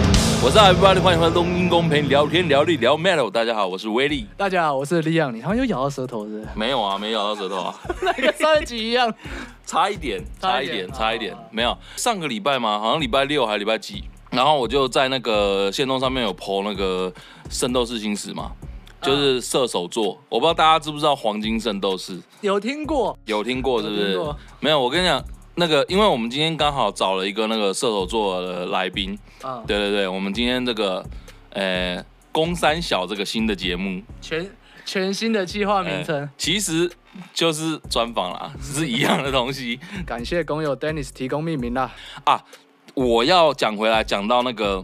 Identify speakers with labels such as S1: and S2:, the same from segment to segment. S1: up, everybody？欢迎回到冬阴公陪你聊天聊地聊 metal。大家好，我是威力。
S2: 大家好，我是李阳，你好像又咬到舌头是不是
S1: 没有啊，没咬到舌头啊，
S2: 那跟上一集一样。
S1: 差一 点，差
S2: 差
S1: 一
S2: 一点
S1: 点，差一点
S2: 哦，
S1: 没有。上个礼拜嘛，好像礼拜六还是礼拜几，然后我就在那个线动上面有 PO 那个《圣斗士星矢》嘛，就是射手座。我不知道大家知不知道黄金圣斗士。
S2: 有听过？
S1: 有听过是不
S2: 有
S1: 是
S2: 听过？
S1: 没有，我跟你讲，那个，因为我们今天刚好找了一个那个射手座的来宾，
S2: 啊，
S1: 对对对，我们今天这个，呃，宫三小这个新的节目
S2: 全全新的计划名称
S1: 呃，其实就是专访啦， 是一样的东西
S2: 感谢工友 Dennis 提供命名啦。
S1: 啊。我要讲回来，讲到那个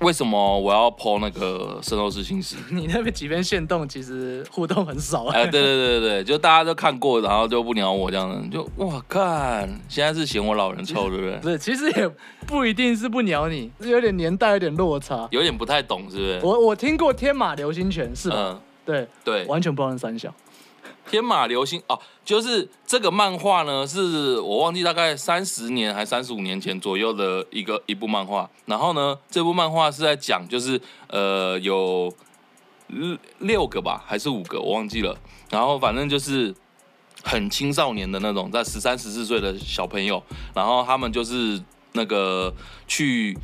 S1: 为什么我要剖那个《圣斗士星矢》。
S2: 你那边几篇线动其实互动很少啊。
S1: 哎，对对对对对，就大家都看过，然后就不鸟我这样的，就哇看，现在是嫌我老人臭，对不对？
S2: 不是，其实也不一定是不鸟你，是有点年代有点落差。
S1: 有点不太懂，是不是？
S2: 我我听过天马流星拳是
S1: 嗯、
S2: 吧？对，
S1: 对，
S2: 完全不知道是三小。
S1: 天马流星哦，就是这个漫画呢，是我忘记大概三十年还三十五年前左右的一个一部漫画。然后呢，这部漫画是在讲，就是呃有六六个吧，还是五个，我忘记了。然后反正就是很青少年的那种，在十三十四岁的小朋友，然后他们就是那个去，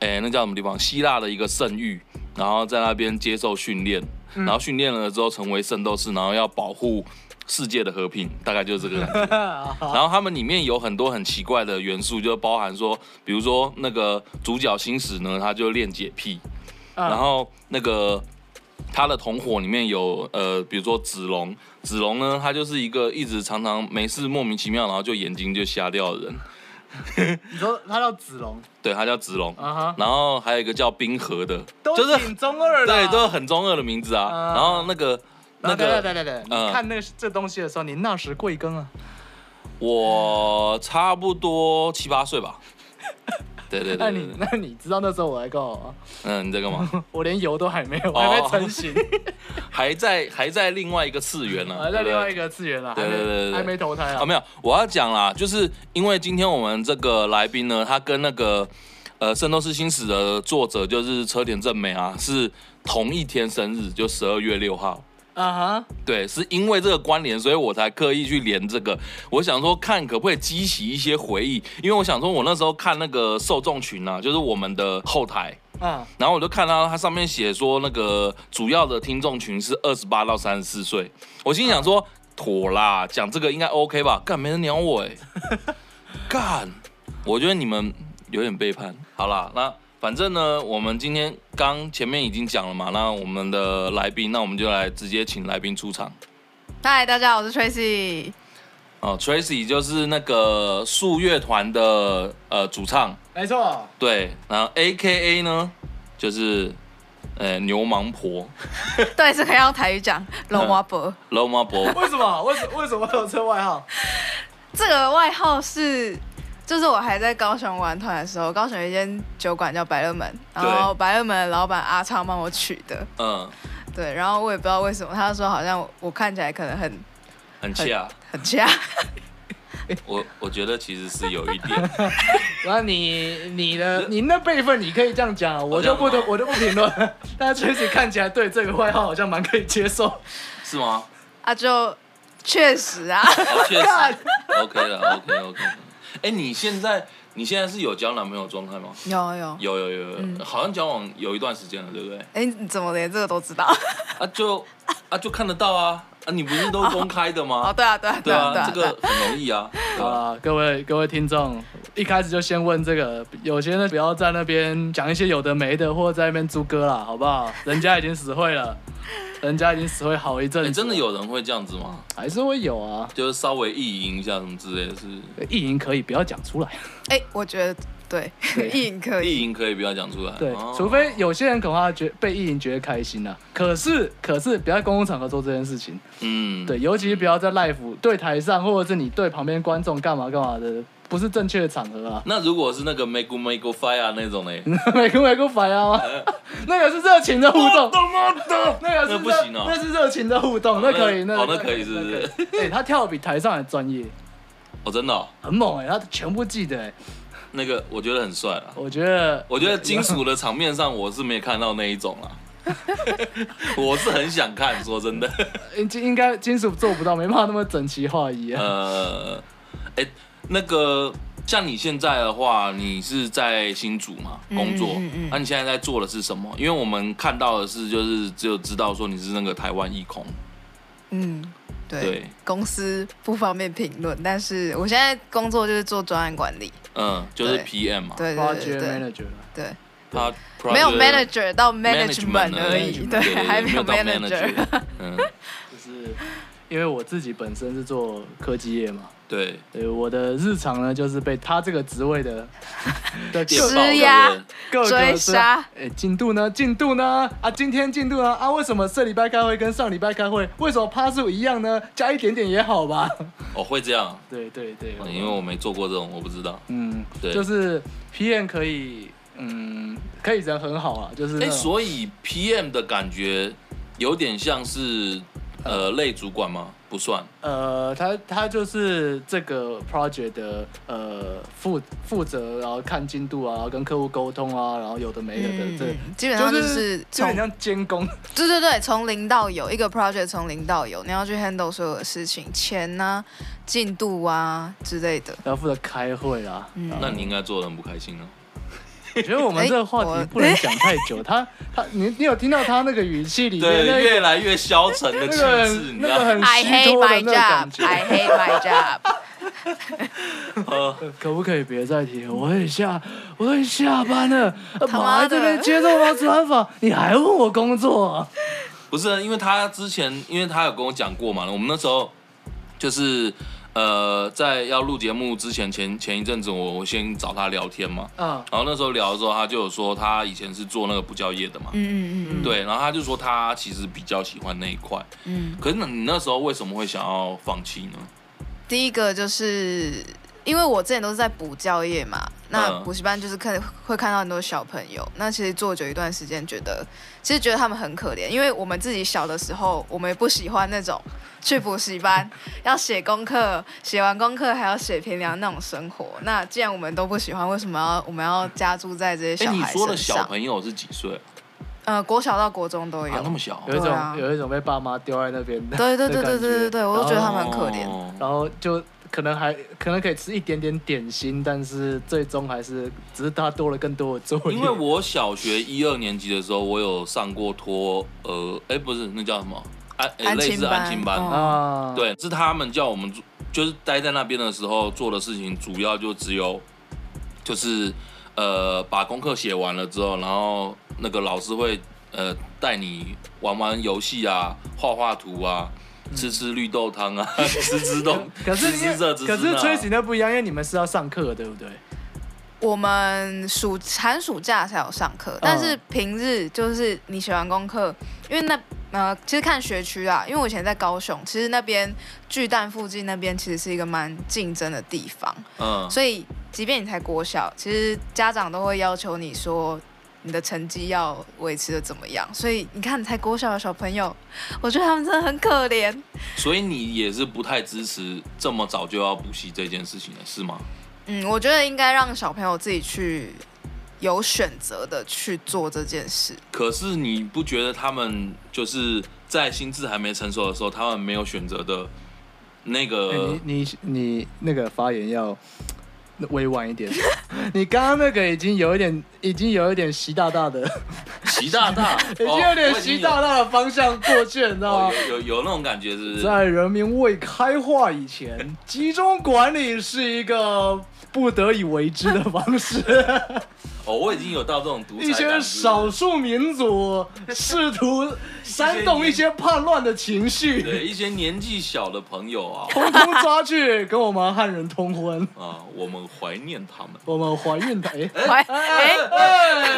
S1: 哎、那叫什么地方？希腊的一个圣域，然后在那边接受训练，然后训练了之后成为圣斗士，然后要保护世界的和平，大概就是这个感觉。然后他们里面有很多很奇怪的元素，就包含说，比如说那个主角星矢呢，他就练解癖，然后那个他的同伙里面有呃，比如说子龙，子龙呢，他就是一个一直常常没事莫名其妙，然后就眼睛就瞎掉的人，
S2: 你说他叫子龙
S1: 对他叫子龙。
S2: 啊哈，
S1: 然后还有一个叫冰河的，
S2: 都
S1: 就是
S2: 挺中二的啊。
S1: 对，都是很中二的名字啊。
S2: 啊
S1: 然后那个那
S2: 对
S1: 个，
S2: 对对对，
S1: 嗯
S2: 你看那个这东西的时候，你那时贵庚啊？
S1: 我差不多七八 岁吧。对对
S2: 那
S1: 对
S2: 你
S1: 对对，
S2: 那你知道那时候我在干嘛
S1: 嗯，你在干嘛？
S2: 吗？我连油都还没有，
S1: 哦
S2: 还 没成型，
S1: 还在还在另外一个次元呢、
S2: 还
S1: 对
S2: 在
S1: 不对
S2: 另外一个次元了，还
S1: 对对对对
S2: 没
S1: 对
S2: 还没投胎
S1: 啊，
S2: 啊。
S1: 没有，我要讲啦，就是因为今天我们这个来宾呢，他跟那个呃《圣斗士星矢》的作者就是车田正美啊，是同一天生日，就十二月六号。
S2: 啊哈，
S1: 对，是因为这个关联，所以我才刻意去连这个。我想说，看可不可以激起一些回忆，因为我想说，我那时候看那个受众群啊，就是我们的后台，
S2: 啊
S1: 然后我就看到它上面写说，那个主要的听众群是二十八到三十四岁。我心想说，妥啦，讲这个应该 OK 吧？干，没人鸟我哎、 干，我觉得你们有点背叛。好啦，那反正呢，我们今天刚前面已经讲了嘛，那我们的来宾，那我们就来直接请来宾出场。
S3: 嗨，大家好，我是 Tracy。
S1: 哦，Tracy 就是那个树乐团的呃主唱，
S2: 没错，
S1: 对，然后 A K A 呢就是呃牛盲婆。
S3: 对，是可以用台语
S1: 嗯
S3: 讲龙蛙伯。
S1: l o m a 伯，
S2: 为什么？为什为什么有这外号？
S3: 这个外号是，就是我还在高雄玩团的时候，高雄有一间酒馆叫百乐门，然后百乐门的老板阿昌帮我取的。
S1: 嗯，
S3: 对，然后我也不知道为什么，他就说好像我我看起来可能很
S1: 很恰。
S3: 很掐。哎
S1: 我我觉得其实是有一 点，
S2: 然后你你的你那辈分，你可以这样讲啊，我就不
S1: 这样
S2: 得
S1: 吗
S2: 我就不评论。 但是 Tracy 看起来对这个外号好像蛮可以接受。
S1: 是吗？
S3: 啊，就确实 啊，
S1: 哦，确实
S2: 干
S1: ，OK 了，OK OK。哎，你现在你现在是有交男朋友状态吗？
S3: 有有。
S1: 有有有
S3: 嗯
S1: 有，好像交往有一段时间了，对不对？
S3: 哎，你怎么连这个都知道？
S1: 啊，就啊就看得到啊啊，你不是都公开的
S3: 哦，
S1: 吗？
S3: 对啊，对啊，
S1: 对
S3: 啊，对
S1: 啊，这
S3: 对啊
S1: 个很容易啊。对吧
S2: 啊，各位各位听众，一开始就先问这个，有些呢不要在那边讲一些有的没的，或者在那边猪哥啦，好不好？人家已经死会了，人家已经死会好一阵
S1: 哎，
S3: 嗯
S2: 子，
S1: 真的有人会这样子吗？
S2: 还是会有啊。
S1: 就是稍微意淫一下什么之类的，是不是
S2: 呃意淫可以不要讲出 来，
S3: 哎，我觉得对，
S2: 对
S3: 意淫可以。
S1: 意淫可以不要讲出来，
S2: 对，
S1: 哦
S2: 除非有些人恐怕觉被意淫觉得开心啊。可是可是不要在公共场合做这件事情，
S1: 嗯
S2: 对，尤其是不要在 live 对台上，或者是你对旁边观众干嘛干嘛的，不是正确的场合啊。
S1: 那如果是那个 make make fire 啊那种
S3: 嗯
S1: 呢？
S2: 美国美国反啊 吗？那个是热情的互动。
S1: 妈的！
S2: 那个是
S1: 哦那不
S2: 热
S1: 行哦
S2: 那是热情的互动，那可以，
S1: 那
S2: 那
S1: 哦那可以是不是
S2: 那可以哎，他跳得比台上还专业，
S1: 哦，真的哦
S2: 很猛哎，他全部记得哎。
S1: 那个我觉得很帅啦。
S2: 我觉得，
S1: 我觉得金属的场面上我是没看到那一种啦， 我是很想看，说真 的。
S2: 呃应应该金属做不到，没办法那么整齐划一啊。
S1: 呃，哎、那个像你现在的话，你是在新竹嘛工作？
S3: 嗯嗯嗯
S1: 那、你现在在做的是什么？因为我们看到的是，就是只有知道说你是那个台湾义工，
S3: 嗯，对，
S1: 对
S3: 公司不方便评论，但是我现在工作就是做专案管理，
S1: 嗯，就是
S3: 对
S1: PM 嘛，
S3: 对对
S2: Project
S3: 对对
S2: manager，啊
S3: 对，
S1: 他
S3: 没有
S1: project-
S3: manager 到
S1: management
S3: management 而已，
S1: 对对，
S3: 还
S1: 没
S3: 有
S1: 到
S3: manager，
S1: manager 嗯，
S2: 就是因为我自己本身是做科技业嘛，
S1: 对，
S2: 对，我的日常呢就是被他这个职位的的
S1: 电报
S3: 施压
S1: 对不对
S2: 各个
S3: 追
S2: 是
S3: 杀
S2: 哎，进度呢？进度呢？啊，今天进度呢？啊，为什么这礼拜开会跟上礼拜开会，为什么趴数一样呢？加一点点也好吧。
S1: 哦，会这样，
S2: 对对对，
S1: 哦因为我没做过这种，我不知道。
S2: 嗯，
S1: 对
S2: 就是 PM 可以，嗯，可以人很好啊，就是那
S1: 哎，
S2: 种
S1: 所以 PM 的感觉有点像是呃类主管吗？不算，
S2: 呃，他他就是这个 project 的呃负负责，然后看进度啊，然后跟客户沟通啊，然后有的没有的，
S3: 嗯，
S2: 这、
S3: 嗯基本上就是
S2: 就很
S3: 从
S2: 像监工，
S3: 对对对，从零到有一个 project 从零到有，你要去 handle 所有的事情，钱呐、进度啊之类的。
S2: 然后负责开会啦。
S3: 嗯
S1: 那你应该做的很不开心哦。
S2: 我觉得我们这个话
S3: 哎我
S2: 题不能讲太 久，他他你你有听到他那个语气里
S1: 嗯
S2: 面
S1: 对，
S2: 那个
S1: 越来越消沉的
S2: 那
S1: 气
S2: 个
S1: 质，
S2: 很
S1: 你知
S2: 那个
S1: 道？
S2: 很
S3: I
S2: 虚
S3: hate
S2: 脱的
S3: my
S2: 那个感觉，
S3: job，I hate my job。
S1: 呃
S2: 可不可以别再提了？我也下我也下班了，呃
S3: 他
S2: 马
S3: 妈
S2: 来
S3: 的
S2: 这边接受我专访，你还问我工作啊、
S1: 不是啊，因为他之前，因为他有跟我讲过嘛，我们那时候就是呃，在要录节目之前，前前一阵子我我先找他聊天嘛，
S2: 嗯
S1: 然后那时候聊的时候，他就有说他以前是做那个补教业的嘛，
S3: 嗯嗯嗯
S1: 对，然后他就说他其实比较喜欢那一块，
S3: 嗯。
S1: 可是那你那时候为什么会想要放弃呢？
S3: 第一个就是因为我之前都是在补教业嘛，那
S1: 嗯
S3: 补习班就是看会看到很多小朋友，那其实做久一段时间，觉得其实觉得他们很可怜，因为我们自己小的时候，我们也不喜欢那种去补习班要写功课，写完功课还要写评量那种生活。那既然我们都不喜欢，为什么要我们要加注在这
S1: 哎，
S3: 些小
S1: 你
S3: 孩
S1: 说的
S3: 身
S1: 小
S3: 上？
S1: 朋友是几岁啊？
S3: 呃，国小到国中都有。
S1: 啊，那么小
S2: 有一种、
S3: 对啊
S2: 有一种被爸妈丢在那边的，
S3: 对对
S2: 的
S3: 对对
S2: 感觉
S3: 对对对，我都觉得他
S2: 然后
S3: 们很可怜。
S1: 哦
S2: 然后就可能还可能可以吃一点点点心，但是最终还是只是他多了更多的作业。
S1: 因为我小学一二年级的时候，我有上过托儿，哎、不是，那叫什么？安、哎
S3: 安
S1: 类
S3: 亲
S1: 似安
S3: 班
S1: 亲班，
S3: 哦
S2: 啊，，
S1: 对，是他们叫我们做，就是待在那边的时候做的事情，主要就只有就是呃把功课写完了之后，然后那个老师会呃带你玩玩游戏啊，画画图啊。吃吃绿豆汤啊， 吃吃豆，
S2: 可是
S1: 吃
S2: 因为
S1: 吃这，吃吃
S2: 可是
S1: 那
S2: 崔喜那不一样，因为你们是要上课的，对不对？
S3: 我们暑寒暑假才有上课，但是平日就是你写完功课，因为那呃，其实看学区啊啦，因为我以前在高雄，其实那边巨蛋附近那边其实是一个蛮竞争的地方，
S1: 嗯，
S3: 所以即便你才国小，其实家长都会要求你说。你的成绩要维持的怎么样？所以你看，才国小的小朋友，我觉得他们真的很可怜。
S1: 所以你也是不太支持这么早就要补习这件事情的是吗？
S3: 嗯，我觉得应该让小朋友自己去有选择的去做这件事。
S1: 可是你不觉得他们就是在心智还没成熟的时候，他们没有选择的那个
S2: 哎？你你你那个发言要委婉一点， 你刚刚那个已经有一点，已经有一点习大大的，
S1: 哦习大 大，哦
S2: 已经有点习
S1: 大，
S2: 大大的方向过去，你知道
S1: 哦
S2: 吗？
S1: 有有有那种感觉，是不是？
S2: 在人民未开化以前，集中管理是一个不得已为之的方 式。
S1: 哦，我已经有到这种独裁
S2: 一
S1: 感是
S2: 些
S1: 不是
S2: 少数民族试图煽动一些叛乱的情绪，
S1: 对一些年纪小的朋友 啊
S2: 通通抓去跟我们汉人通婚。
S1: 啊，我们怀念他们。
S2: 我们怀孕的，哎、
S3: 哎哎，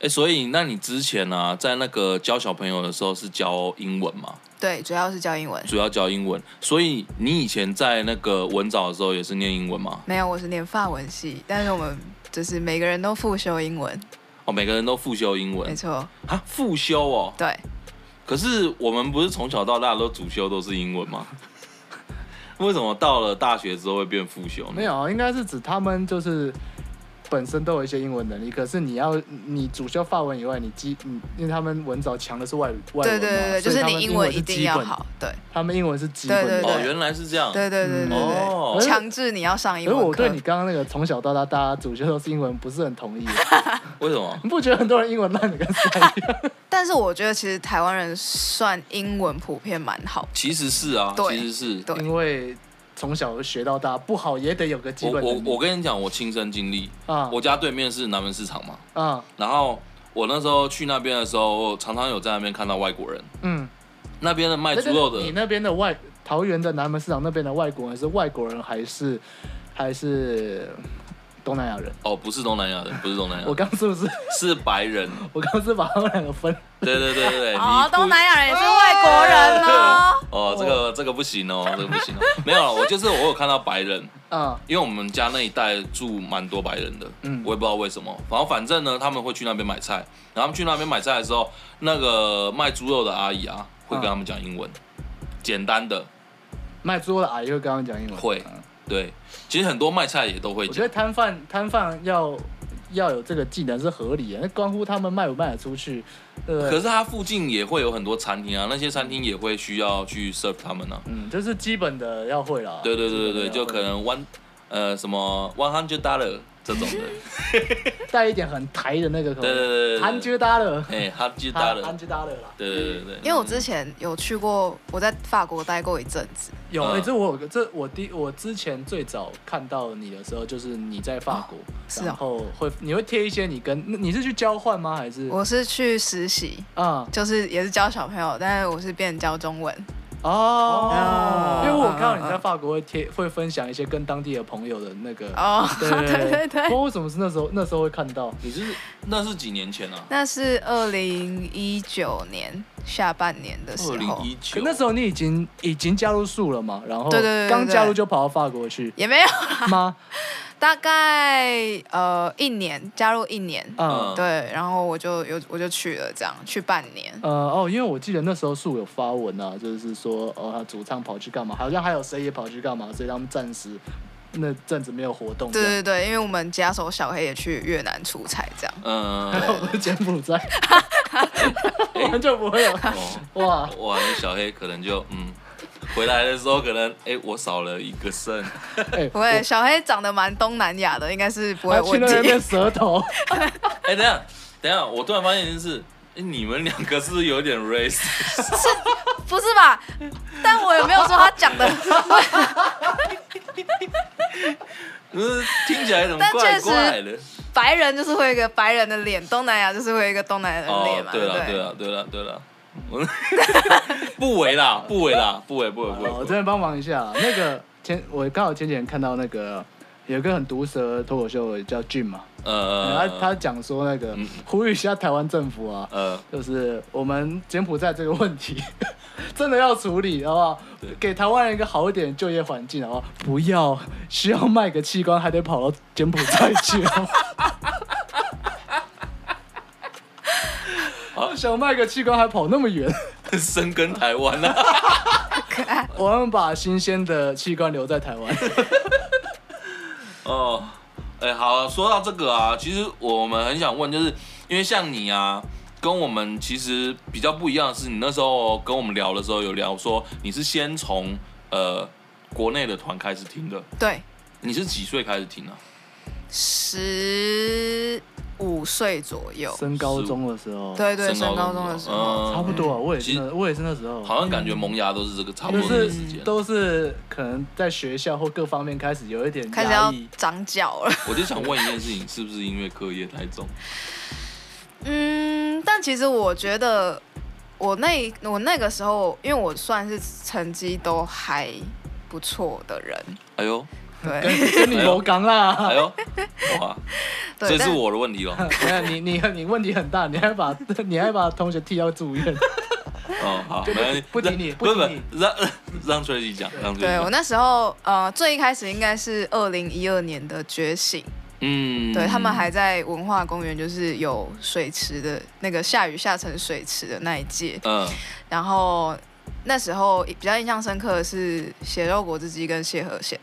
S1: 哎，所以那你之前呢、啊，在那个教小朋友的时候是教英文吗？
S3: 对，主要是教英文。
S1: 主要教英文，所以你以前在那个文藻的时候也是念英文吗？
S3: 没有，我是念法文系，但是我们就是每个人都复修英文，
S1: 哦，每个人都复修英
S3: 没
S1: 文
S3: 错，
S1: 啊，复修哦。
S3: 对，
S1: 可是我们不是从小到大都主修都是英文吗？ 为什么到了大学之后会变复修呢？哦
S2: 没有，啊应该是指他们就是本身都有一些英文能力，可是你要你主修法文以外，你基你因为他们文藻强的是外语外
S3: 对
S2: 文嘛，
S3: 对对对，就
S2: 所以
S3: 是
S2: 他
S3: 你
S2: 们
S3: 英
S2: 文
S3: 一
S2: 是
S3: 定
S2: 基
S3: 要
S2: 本，嗯
S3: 好，对
S2: 他们英文是基本的。
S3: 对对
S1: 哦，原来是这样。
S3: 对对对对
S1: 哦
S3: 对，强制你要上英
S2: 而
S3: 文
S2: 我
S3: 课
S2: 对。你刚刚那个从小到大大家主修都是英文，不是很 同意。
S1: 为什么？
S2: 你不觉得很多人英文烂的跟谁一样？
S3: 但是我觉得其实台湾人算英文普遍蛮好，
S1: 其实是啊，
S3: 对
S1: 其实是。
S3: 对
S2: 因为从小学到大，不好也得有个基
S1: 我
S2: 本
S1: 我
S2: 能
S1: 我
S2: 力
S1: 跟你讲，我亲身经历，
S2: 啊
S1: 我家对面是南门市场嘛，
S2: 啊
S1: 然后我那时候去那边的时候，我常常有在那边看到外国人，
S2: 嗯，
S1: 那边的卖
S2: 那
S1: 猪肉
S2: 你
S1: 的，
S2: 那边的外桃园的南门市场那边的外国人是外国人还是还是东南亚人？
S1: 哦，不是东南亚人，不是东南亚
S2: 我
S1: 人，
S2: 刚是不是？
S1: 是白人。
S2: 我刚是把他们两个分
S1: 对对对对
S2: 哎
S1: 对，
S3: 哦
S1: 你，不
S3: 东南亚人也是外国人哦。
S1: 哦，这个这个不行哦，这个不行哦，没有了，我就是我有看到白人，
S2: 啊
S1: 因为我们家那一带住蛮多白人的，
S2: 嗯
S1: 我也不知道为什么，然后反正呢，他们会去那边买菜，然后他们去那边买菜的时候，那个卖猪肉的阿姨啊，会跟他们讲英文，简单的，
S2: 卖猪肉的阿姨会跟他们讲英文。
S1: 会
S2: 嗯
S1: 对，其实很多卖菜也都会
S2: 我
S1: 讲
S2: 觉。得摊贩摊贩要要有这个技能是合理的，那关乎他们卖不卖得出去。对不对
S1: 可是它附近也会有很多餐厅啊，那些餐厅也会需要去 serve 他们呢、啊。
S2: 嗯，就是基本的要会啦。
S1: 对对对对对，
S2: 基
S1: 就
S2: 本的
S1: 可
S2: 嗯要
S1: 能
S2: 会
S1: one 呃什么 one hundred dollar 这种的，
S2: 嗯带一点很台的那个口
S1: 对对
S2: 音，
S1: 对对
S2: 韩
S1: 对，
S2: 剧搭了，
S1: 哎 hundred
S2: 韩韩
S1: dollar，
S2: 剧搭了啦。
S1: 对对对对对，
S3: 因为我之前有去过，我在法国待过一阵子，
S2: 有
S1: 嗯
S2: 哎、这我有个这我第我之前最早看到你的时候，就是你在法国，
S3: 是啊
S2: 然后会你会贴一些你跟那你是去交换吗？还是
S3: 我是去实习，
S2: 啊
S3: 就是也是教小朋友，但是我是变教中文。
S2: 哦
S3: 哦，
S2: 因为我看到你在法国会贴会分享一些跟当地的朋友的那个，
S3: 哦，
S2: 对对
S3: 对对对
S2: 不知道为什么是那时候那时候会看到，
S1: 你是那是几年前啊？
S3: 那是二零一九年下半年的时
S1: 二零
S3: 候，
S1: 一
S2: 可
S1: 九，
S2: 那时候你已经已经加入数了嘛，然后
S3: 对对对对
S2: 刚加入
S3: 对
S2: 就跑到法国去
S3: 也没有，
S2: 吗？
S3: 大概呃一年加入一年，
S2: 嗯
S1: 嗯。
S3: 对，然后我就有我就去了，这样去半年。
S2: 呃哦，因为我记得那时候树有发文啊，就是说哦，他主唱跑去干嘛，好像还有谁也跑去干嘛，所以他们暂时那阵子没有活动。
S3: 对，对对，因为我们家手小黑也去越南出差，这样。
S1: 嗯，
S2: 我是柬埔 寨， 完全不会有
S1: 哦，
S2: 哇，
S1: 哇，那小黑可能就嗯，回来的时候可能哎、我少了一个肾，
S2: 哎、
S3: 不会，小黑长得蛮东南亚的，应该是不会
S1: 哦
S2: 他
S3: 有
S2: 去
S3: 问
S2: 那边
S3: 题
S2: 变。舌头，
S1: 哎、等一下等一下，我突然发现一件事，哎、你们两个是不是有点 race？
S3: 不 是吧？但我也没有说他讲的，
S1: 就是听起来怎么
S3: 但
S1: 怪
S3: 确实
S1: 怪的？
S3: 白人就是会有一个白人的脸，东南亚就是会有一个东南亚的脸
S1: 哦
S3: 嘛，
S1: 对
S3: 不
S1: 了，对了，对了，对了，我不为啦，不为啦，不为，不为，不为
S2: 好我
S1: 不
S2: 这
S1: 为。
S2: 边帮忙一下，那个前我刚好前几天看到那个。有一个很毒舌的脱口秀叫 Jim 嘛，
S1: 呃
S2: 他他讲说那个
S1: 嗯
S2: 呼吁一下台湾政府啊，
S1: 呃，
S2: 就是我们柬埔寨这个问题， 真的要处理，好不好
S1: 对？
S2: 给台湾人一个好一点的就业环境，好不好？不要需要卖个器官还得跑到柬埔寨 去，好不好
S1: 好
S2: 想卖个器官还跑那么远，
S1: 深耕台湾啊，
S2: 我们把新鲜的器官留在台湾。
S1: 哦，哎，好啊，说到这个啊，其实我们很想问，就是因为像你啊。跟我们其实比较不一样的是，你那时候跟我们聊的时候有聊说，你是先从呃国内的团开始听的，
S3: 对，
S1: 你是几岁开始听啊？
S3: 十五岁左
S1: 哦
S3: 右，
S2: 升高中的时候，，
S3: 对对，
S1: 升
S3: 升
S1: 高
S3: 高
S1: 中
S3: 中
S1: 的
S3: 的
S1: 时
S3: 时
S1: 候嗯
S3: 候，
S2: 差不多啊，我也是
S1: 其实
S2: 那，我也是那时候，
S1: 好像感觉萌芽都是这个差不
S2: 就
S1: 多这个
S2: 是
S1: 时间。
S2: 都是可能在学校或各方面开始有一点
S3: 开始
S2: 压
S3: 要
S2: 抑
S3: 长脚了。
S1: 我就想问一件事情，是不是因为课业太重？
S3: 嗯，但其实我觉得我那我那个时候，因为我算是成绩都还不错 的人，
S1: 哎 呦，
S3: 对
S2: 跟跟你
S1: 哎呦
S2: 无讲啦。
S1: 哎呦，哇，
S3: 对，
S1: 这是
S3: 但
S1: 我的问题了。
S2: 没有你你你问题很大，你还把 你还把同学踢到住院，
S1: 哦，好，
S2: 就不
S1: 没关系
S2: 不提你
S1: 让
S2: 不
S1: 不是不
S2: 提
S1: 是
S2: 你
S1: 让让崔西讲，让崔
S3: 对
S1: 西
S3: 我
S1: 讲。
S3: 那时候，呃，最一开始应该是二零一二年的觉醒，
S1: 嗯
S3: 对他们还在文化公园，就是有水池的那个下雨下成水池的那一届，
S1: 嗯
S3: 然后那时候比较印象深刻的是血肉果汁机跟蟹河蟹，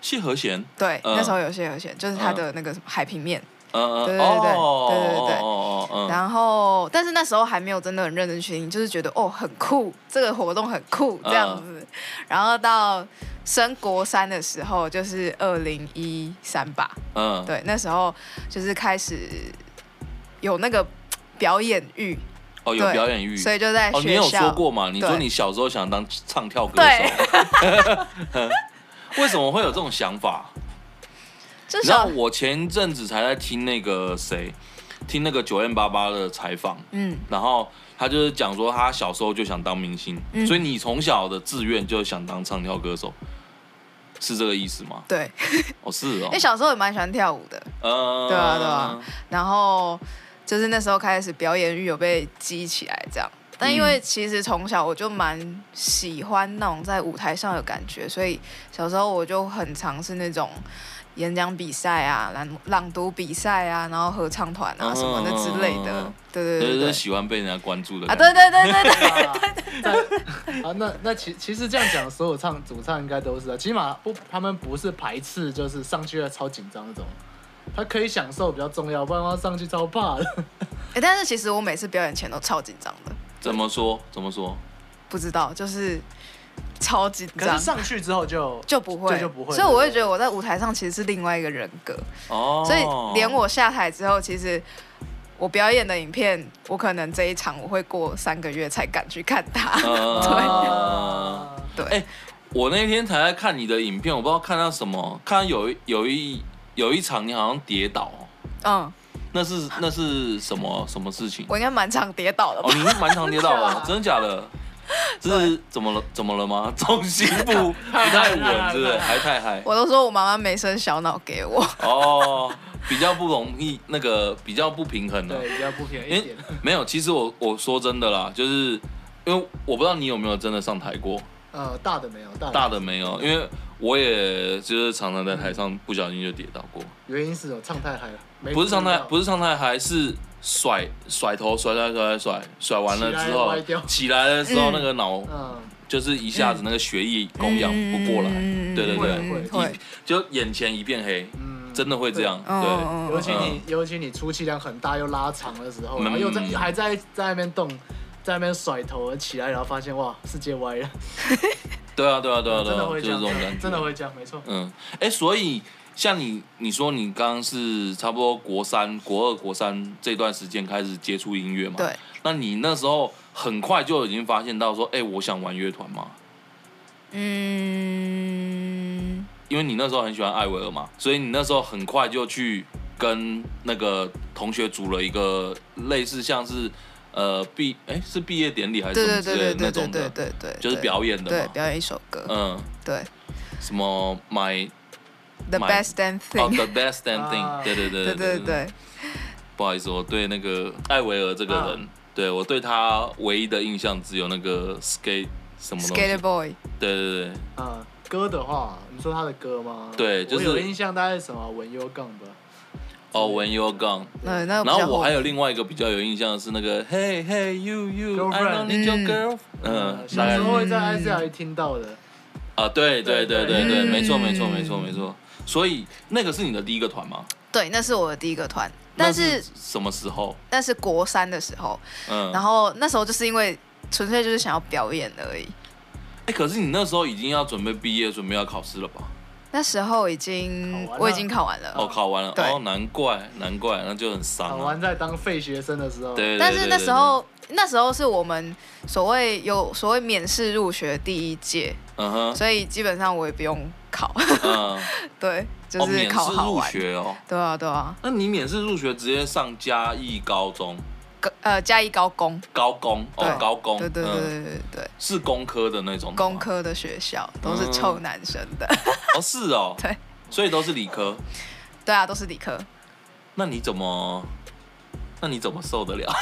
S1: 谢和弦，
S3: 对，
S1: 嗯
S3: 那时候有蟹河蟹，就是它的那个什么海平面。
S1: 嗯嗯，
S3: 对对对
S1: 哦
S3: 对对对
S1: 哦哦哦，
S3: 然后，但是那时候还没有真的很认真去听，就是觉得哦很酷，这个活动很酷
S1: 嗯
S3: 这样子。然后到升国三的时候，就是二零一三吧，
S1: 嗯嗯，
S3: 对，那时候就是开始有那个表演欲，
S1: 哦有
S3: 对
S1: 表演欲，
S3: 所以就在
S1: 哦，你
S3: 学
S1: 有
S3: 校。
S1: 说过嘛？你说
S3: 对
S1: 你小时候想当唱跳歌手，
S3: 对
S1: 为什么会有这种想法？
S3: 就
S1: 你知道
S3: 小
S1: 我前一阵子才在听那个谁，听那个九 N 八八的采访，
S3: 嗯
S1: 然后他就是讲说他小时候就想当明星，
S3: 嗯
S1: 所以你从小的志愿就想当唱跳歌手，是这个意思吗？
S3: 对，
S1: 哦，是哦
S3: 因为，小时候也蛮喜欢跳舞的，
S1: 呃
S3: 对啊对啊，然后就是那时候开始表演欲有被激起来，这样。但因
S2: 嗯
S3: 为其实从小我就蛮喜欢那种在舞台上的感觉，所以小时候我就很尝试那种演讲比赛啊、朗朗读比赛啊，然后合唱团啊
S1: 嗯
S3: 什么的之类
S1: 嗯
S3: 的。
S1: 就
S3: 对对对
S1: 是
S3: 对
S1: 喜欢被人家关注的
S3: 啊，
S1: 感觉
S3: 对对对对对，
S2: 啊，那那其其实这样讲，所有唱主唱应该都是啊，起码不他们不是排斥，就是上去要超紧张那种，他可以享受比较重要，不然他上去超怕的。
S3: 诶欸但是其实我每次表演前都超紧张的，
S1: 怎么说？怎么说？
S3: 不知道就是超紧
S2: 可是
S3: 张。
S2: 上去之后就
S3: 就不会，
S2: 就就不会
S3: 所以我
S2: 对
S3: 会
S2: 不对
S3: 觉得我在舞台上其实是另外一个人格。
S1: 哦，
S3: 所以连我下台之后，其实我表演的影片，我可能这一场我会过三个月才敢去看它。
S1: 呃，
S2: 啊
S3: 对，
S1: 哎我那天才在看你的影片，我不知道看到什么，看到有一有一有一场你好像跌倒哦，
S3: 嗯，
S1: 那是那是什么什么事情？
S3: 我应该满场跌倒了吧
S1: 哦，？你是满场跌倒了， 真的假的？这是
S3: 对
S1: 怎么了？怎么了吗？ 重心不 不太稳，是不是？还太嗨？
S3: 我都说我妈妈没生小脑给我，
S1: 哦，比较不容易，那个比较不平衡了。
S2: 对比较不便宜
S1: 因
S2: 一
S1: 为
S2: 点。
S1: 没有，其实我我说真的啦，就是因为我不知道你有没有真的上台过，
S2: 呃，大的没有，大的
S1: 大的没有，因为我也就是常常在台上不小心就跌倒过，
S2: 原因是有唱太嗨了，没
S1: 不是上台
S2: 注意到
S1: 不是上台，还是甩甩头甩甩甩甩甩甩完了之
S2: 起来歪掉
S1: 后，起来的时候
S3: 嗯
S1: 那个脑
S2: 嗯，
S1: 就是一下子那个血液供养不过来，
S3: 嗯
S1: 对对对，
S2: 会
S3: 会
S1: 一就眼前一片黑，
S2: 嗯
S1: 真的会这样，
S3: 嗯
S1: 对，
S3: 嗯
S2: 尤
S3: 嗯
S2: 其你、尤其你出气量很大又拉长的时候，
S1: 嗯
S2: 然后又在还在在那边动，在那边甩头起来，然后发现哇世界歪了，
S1: 对啊对啊对 啊对
S2: 嗯真
S1: 啊
S2: 的，会
S1: 就是
S2: 这
S1: 这
S2: 样，
S1: 种感觉，
S2: 真的会这样，没错。
S1: 嗯，哎、所以像你，你说你刚刚是差不多国三、国二、国三这段时间开始接触音乐嘛？
S3: 对。
S1: 那你那时候很快就已经发现到说，哎、我想玩乐团嘛？
S3: 嗯，
S1: 因为你那时候很喜欢艾薇儿嘛，所以你那时候很快就去跟那个同学组了一个类似像是呃毕哎、是毕业典礼还是
S3: 对
S1: 什么
S3: 对
S1: 之
S3: 对
S1: 类的
S3: 对
S1: 那
S3: 对对
S1: 种
S3: 对
S1: 的，
S3: 对对，
S1: 就是表演的
S3: 对
S1: 嘛。
S3: 表演一首歌，
S1: 嗯，
S3: 对
S1: 什么 my
S3: ，The
S1: 买
S3: Best Damn
S1: 哦
S3: Thing，
S1: the best damn thing，
S2: 啊
S1: 对对对
S3: 对对对，
S1: 不好意思，我对那个艾维尔这个人，
S3: 嗯
S1: 对我对他唯一的印象只有那个 skate 什么东西。
S3: ，Skater Boy，
S1: 对对对，
S2: 啊、歌的话，你说他的歌吗？
S1: 对就是
S2: 我有印象，大概是什么文优杠吧。
S1: 哦，When You're Gone。
S3: 那那个比
S1: 然
S3: 较
S1: 后我还
S3: 有
S1: 有另外一个比较有印象的是那个 Hey Hey You You，I
S2: Girlfriend
S1: don't need your
S3: 嗯
S1: girl。嗯
S2: 呃，
S1: 大
S2: 小
S1: 概
S2: 时候会在 I C I 听到的，
S1: 啊，对对对对对，
S3: 嗯
S1: 没错没错没错没错。所以那个是你的第一个团吗？
S3: 对，那是我的第一个团，但
S1: 那
S3: 是
S1: 什么时候？
S3: 那是国三的时候，
S1: 嗯，
S3: 然后那时候就是因为纯粹就是想要表演而已。
S1: 哎，可是你那时候已经要准备毕业，准备要考试了吧？
S3: 那时候已经
S2: 考完了
S3: 我已经考完了，
S1: 哦，考完了，
S3: 呃对
S1: 哦，难怪难怪，那就很伤
S2: 好
S1: 啊
S2: 玩。在当废学生的时候。，
S1: 对，对
S3: 但是
S1: 对
S3: 那
S1: 对
S3: 时候那时候是我们所谓有所谓免试入学第一届，
S1: 嗯 哼，
S3: 所以基本上我也不用考，
S1: 嗯，
S3: 对，就
S1: 哦，
S3: 是
S1: 免
S3: 考
S1: 试
S3: 好
S1: 入
S3: 玩。
S1: 学哦。
S3: 对啊，对啊，
S1: 那你免试入学直接上嘉义高中、
S3: 高呃加一高工，
S1: 高工哦
S3: 对，
S1: 高工，
S3: 对对对
S1: 嗯，哦
S3: 对对对，
S1: 是工科的那种吗，
S3: 工科的学校都是臭男生的，
S1: 哦，是哦，
S3: 对，
S1: 所以都是理科。
S3: 对啊，都是理科。
S1: 那你怎么，那你怎么受得了？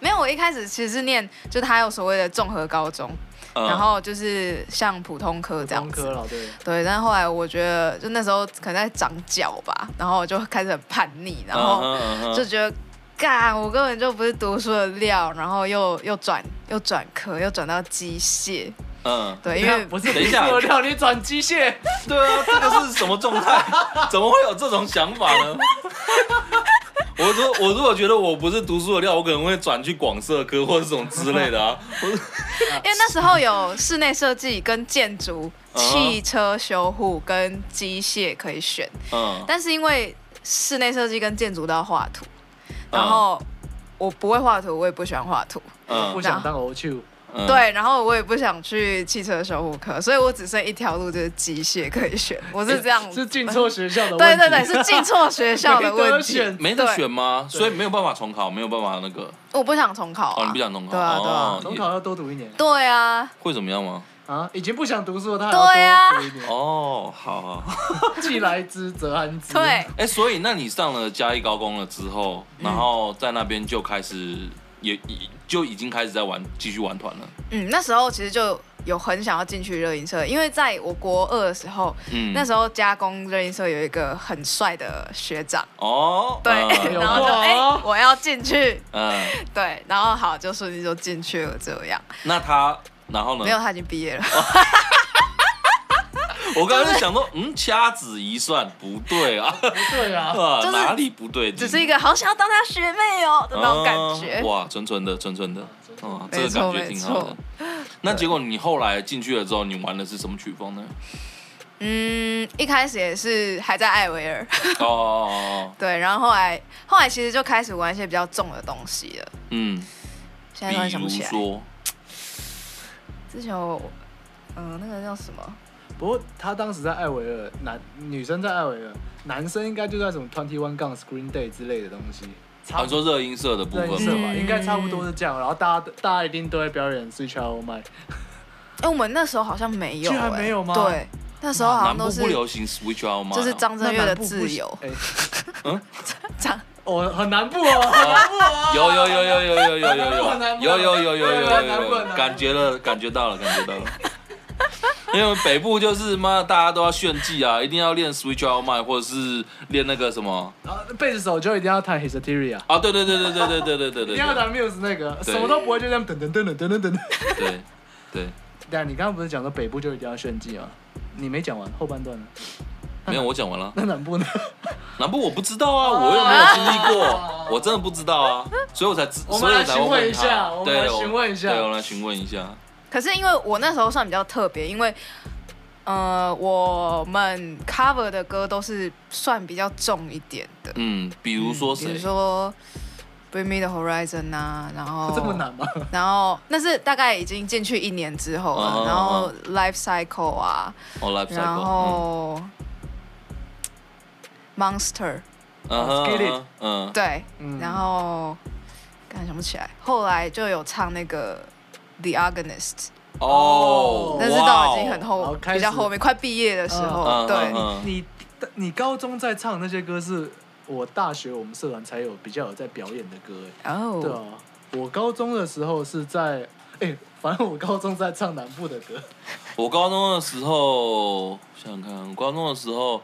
S3: 没有，我一开始其实是念，就他有所谓的综合高中，
S1: 嗯
S3: 然后就是像普通科这样
S2: 工
S3: 子
S2: 科。了，对。
S3: 对，但后来我觉得，就那时候可能在长脚吧，然后我就开始很叛逆，然后
S1: 嗯哼嗯哼
S3: 就觉得，干，我根本就不是读书的料，然后又又转又转科，又转到机械，
S1: 嗯，
S3: 对，因为
S2: 不是
S1: 等一下
S2: 我让你转机械，
S1: 对啊，这个是什么状态？怎么会有这种想法呢？ 我如我如果觉得我不是读书的料，我可能会转去广社科或者什么之类的啊。
S3: 因为那时候有室内设计跟建筑、
S1: 嗯
S3: 汽车修护跟机械可以选，
S1: 嗯，
S3: 但是因为室内设计跟建筑都要画图，
S1: 嗯
S3: 然后我不会画图，我也不喜欢画图，
S1: 嗯
S2: 不想当 O 去。
S1: 嗯，
S3: 对，然后我也不想去汽车修护科，所以我只剩一条路就是机械可以选，我是这样，
S2: 是进错学校的
S3: 对
S2: 问题。
S3: 对对，是进错学 校的
S2: 没得
S3: 问题，
S2: 选
S1: 没得
S3: 对
S1: 选吗？所以没有办法重考，没有办法那个
S3: 我不想重考啊，
S1: 哦，你不想重考？
S3: 对啊对啊
S1: 哦，
S2: 重考要多读一年
S3: 对啊，
S1: 会怎么样吗？
S2: 啊！已经不想读书了，他
S3: 对
S2: 还
S3: 啊
S2: 要多读一年。
S1: 哦，好好。好
S2: 既来之则安之。
S3: 对，。
S1: 哎，所以那你上了嘉义高工了之后，然后在那边就开始也也就已经开始在玩，继续玩团了。
S3: 嗯，那时候其实就有很想要进去热音社，因为在我国二的时候，
S1: 嗯，
S3: 那时候加工热音社有一个很帅的学长，
S1: 哦，
S3: 对，
S1: 嗯
S3: 然后就
S2: 哇
S3: 哎、我要进去，
S1: 嗯，
S3: 对，然后好就顺利就进去了，这样
S1: 那他然后呢？
S3: 没有他已经毕业了，
S1: 我刚刚就想说，嗯，掐指一算不对啊，
S2: 对啊，
S1: 啊
S3: 就是
S1: 哪里不对劲？
S3: 只是一个好想要当他学妹哦的那种感觉
S1: 嗯。哇，纯纯的，纯纯的，哦，这
S3: 没
S1: 个
S3: 错
S1: 感觉挺好的。那结果你后来进去了之后，你玩的是什么曲风呢？
S3: 嗯，一开始也是还在艾维尔，
S1: 哦哦哦，哦
S3: 对，然后后来后来其实就开始玩一些比较重的东西了，
S1: 嗯，
S3: 现在突然
S1: 比
S3: 想
S1: 如
S3: 不起来，
S1: 说，
S3: 之前我嗯、那个叫什么？
S2: 不过他当时在艾维尔，男女生在艾维尔，男生应该就在什么 Twenty One 杠 Screen Day 之类的东西，
S1: 啊，你说热音社的部
S2: 对，
S1: 分
S2: 是
S1: 吗，
S2: 吧？
S3: 嗯
S2: 应该差不多是这样。然后大家大家一定都会表演 Switch Out My，
S3: 哎、我们那时候好像没有、欸，
S2: 居然没有吗
S3: 对，那时候
S1: 南
S3: 好像
S1: 部
S3: 都是
S1: 不流行 Switch Out 吗？
S3: 就是张震岳的《自由》
S2: 哎，
S3: 张，
S2: 哦，很南部 哦，
S1: 哦有有有有有有有有有
S2: 很难不
S1: 有有有有有
S2: 很
S1: 有
S2: 难不很
S1: 有，
S2: 难
S1: 感觉了，感觉到了，感觉到了。因为北部就是妈，大家都要炫技啊，一定要练 Switch Out My，或者是练那个什么
S2: 然后贝斯手就一定要弹 Hysteria。
S1: 啊？对对对对对对对对对
S2: 一
S1: 对
S2: 定要
S1: 对
S2: 弹 Muse 那个，
S1: 对
S2: 什么都不会，就这样噔噔噔噔噔噔噔。
S1: 对对，
S2: 但你刚刚不是讲说北部就一定要炫技吗？你没讲完后半段呢？
S1: 没有我讲完了。
S2: 那南部呢？
S1: 南部我不知道啊，我又没有经历过， 我真的不知道啊，所以我才知，
S2: 哦我
S1: 所
S2: 们
S1: 以我
S2: 来
S1: 才会
S2: 询问一
S1: 他
S2: 下我们来
S1: 对我
S2: 询问一下
S1: 对，我们来询问一下。
S3: 可是因为我那时候算比较特别，因为呃，我们 cover 的歌都是算比较重一点的，
S1: 嗯，比如说
S3: 比如
S1: 谁？
S3: 说《Bring Me the Horizon》啊，然后
S2: 这么难吗？
S3: 然后那是大概已经进去一年之后了，
S1: 哦
S3: 然后 Life Cycle 啊，
S1: 哦，Life Cycle，
S3: 然后 Monster
S1: 嗯哼
S2: Skillet
S1: 嗯哼
S3: 对，
S2: 嗯
S3: 然后刚才想不起来，后来就有唱那个 The Organist，
S1: 嗯，哦，
S3: 但是都已经很
S2: 哇
S3: 后
S2: 哦开始
S3: 比较后面快毕业的时候，
S1: 嗯嗯
S3: 对，
S1: 嗯
S2: 哎你你高中在唱那些歌，是我大学我们社团才有比较有在表演的歌，哎，对
S3: 哦，
S2: 啊，我高中的时候是在，哎，反正我高中在唱南部的歌，
S1: 我高中的时候，想想看，我高中的时候，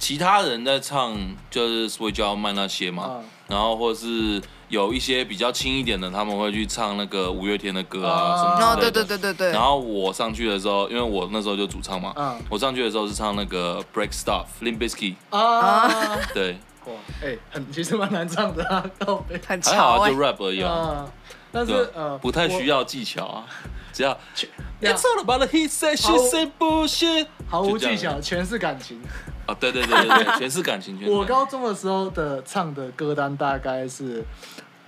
S1: 其他人在唱就是 Switch Out 麦那些嘛，
S2: 嗯
S1: 然后或者是有一些比较轻一点的，他们会去唱那个五月天的歌
S2: 啊
S1: 啊什么之类
S3: 然
S1: 的。
S3: 后哦对对对对对
S1: 然，后我上去的时候，因为我那时候就主唱嘛，
S2: 嗯
S1: 我上去的时候是唱那个 Break Stuff Limp Bizkit，
S2: 啊，
S1: 对，
S2: 哇，哎，很其实蛮难唱的啊， 告别
S3: 很
S1: 还好
S3: 潮
S1: 啊，
S3: 哎
S1: 就，rap 而已啊，
S2: 啊，但是
S1: 对啊，
S2: 呃，
S1: 不太
S2: 我
S1: 需要技巧啊，只要
S2: 全
S1: It's all about the he said she
S2: 毫
S1: said bullshit，
S2: 毫
S1: 就
S2: 无
S1: 这样
S2: 技巧，全是感情。
S1: 啊，对对对对对，全是感情，全是
S2: 我
S1: 感情
S2: 高中的时候的唱的歌单大概是《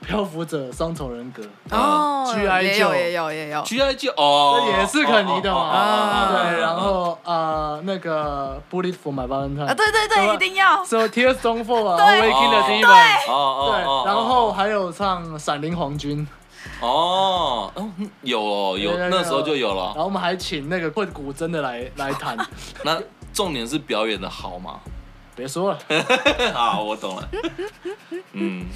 S2: 漂浮者》《双重人格》，
S3: 哦，
S2: GI
S3: 也有
S2: 就
S3: 也有也有，
S1: G I 就哦，
S2: 这也是肯尼的嘛。
S1: 哦哦哦哦哦
S2: 对，然后呃，那个《Bullet for My Valentine》
S3: 啊，对对对，一定要，
S2: 什么《Tears Don't Fall》啊，《
S3: 对
S2: Waking the
S1: 对
S2: Demon》。
S1: 哦哦，
S2: 对
S1: 哦，
S2: 然后还有唱《闪灵皇军》，
S1: 哦，哦嗯有哦有
S2: 对对对
S1: 那时候就有
S2: 然
S1: 了。
S2: 后我们还请那个会古筝的来来 弹，
S1: 那重点是表演的好吗？
S2: 别说了，
S1: 嗯 好，我懂了。嗯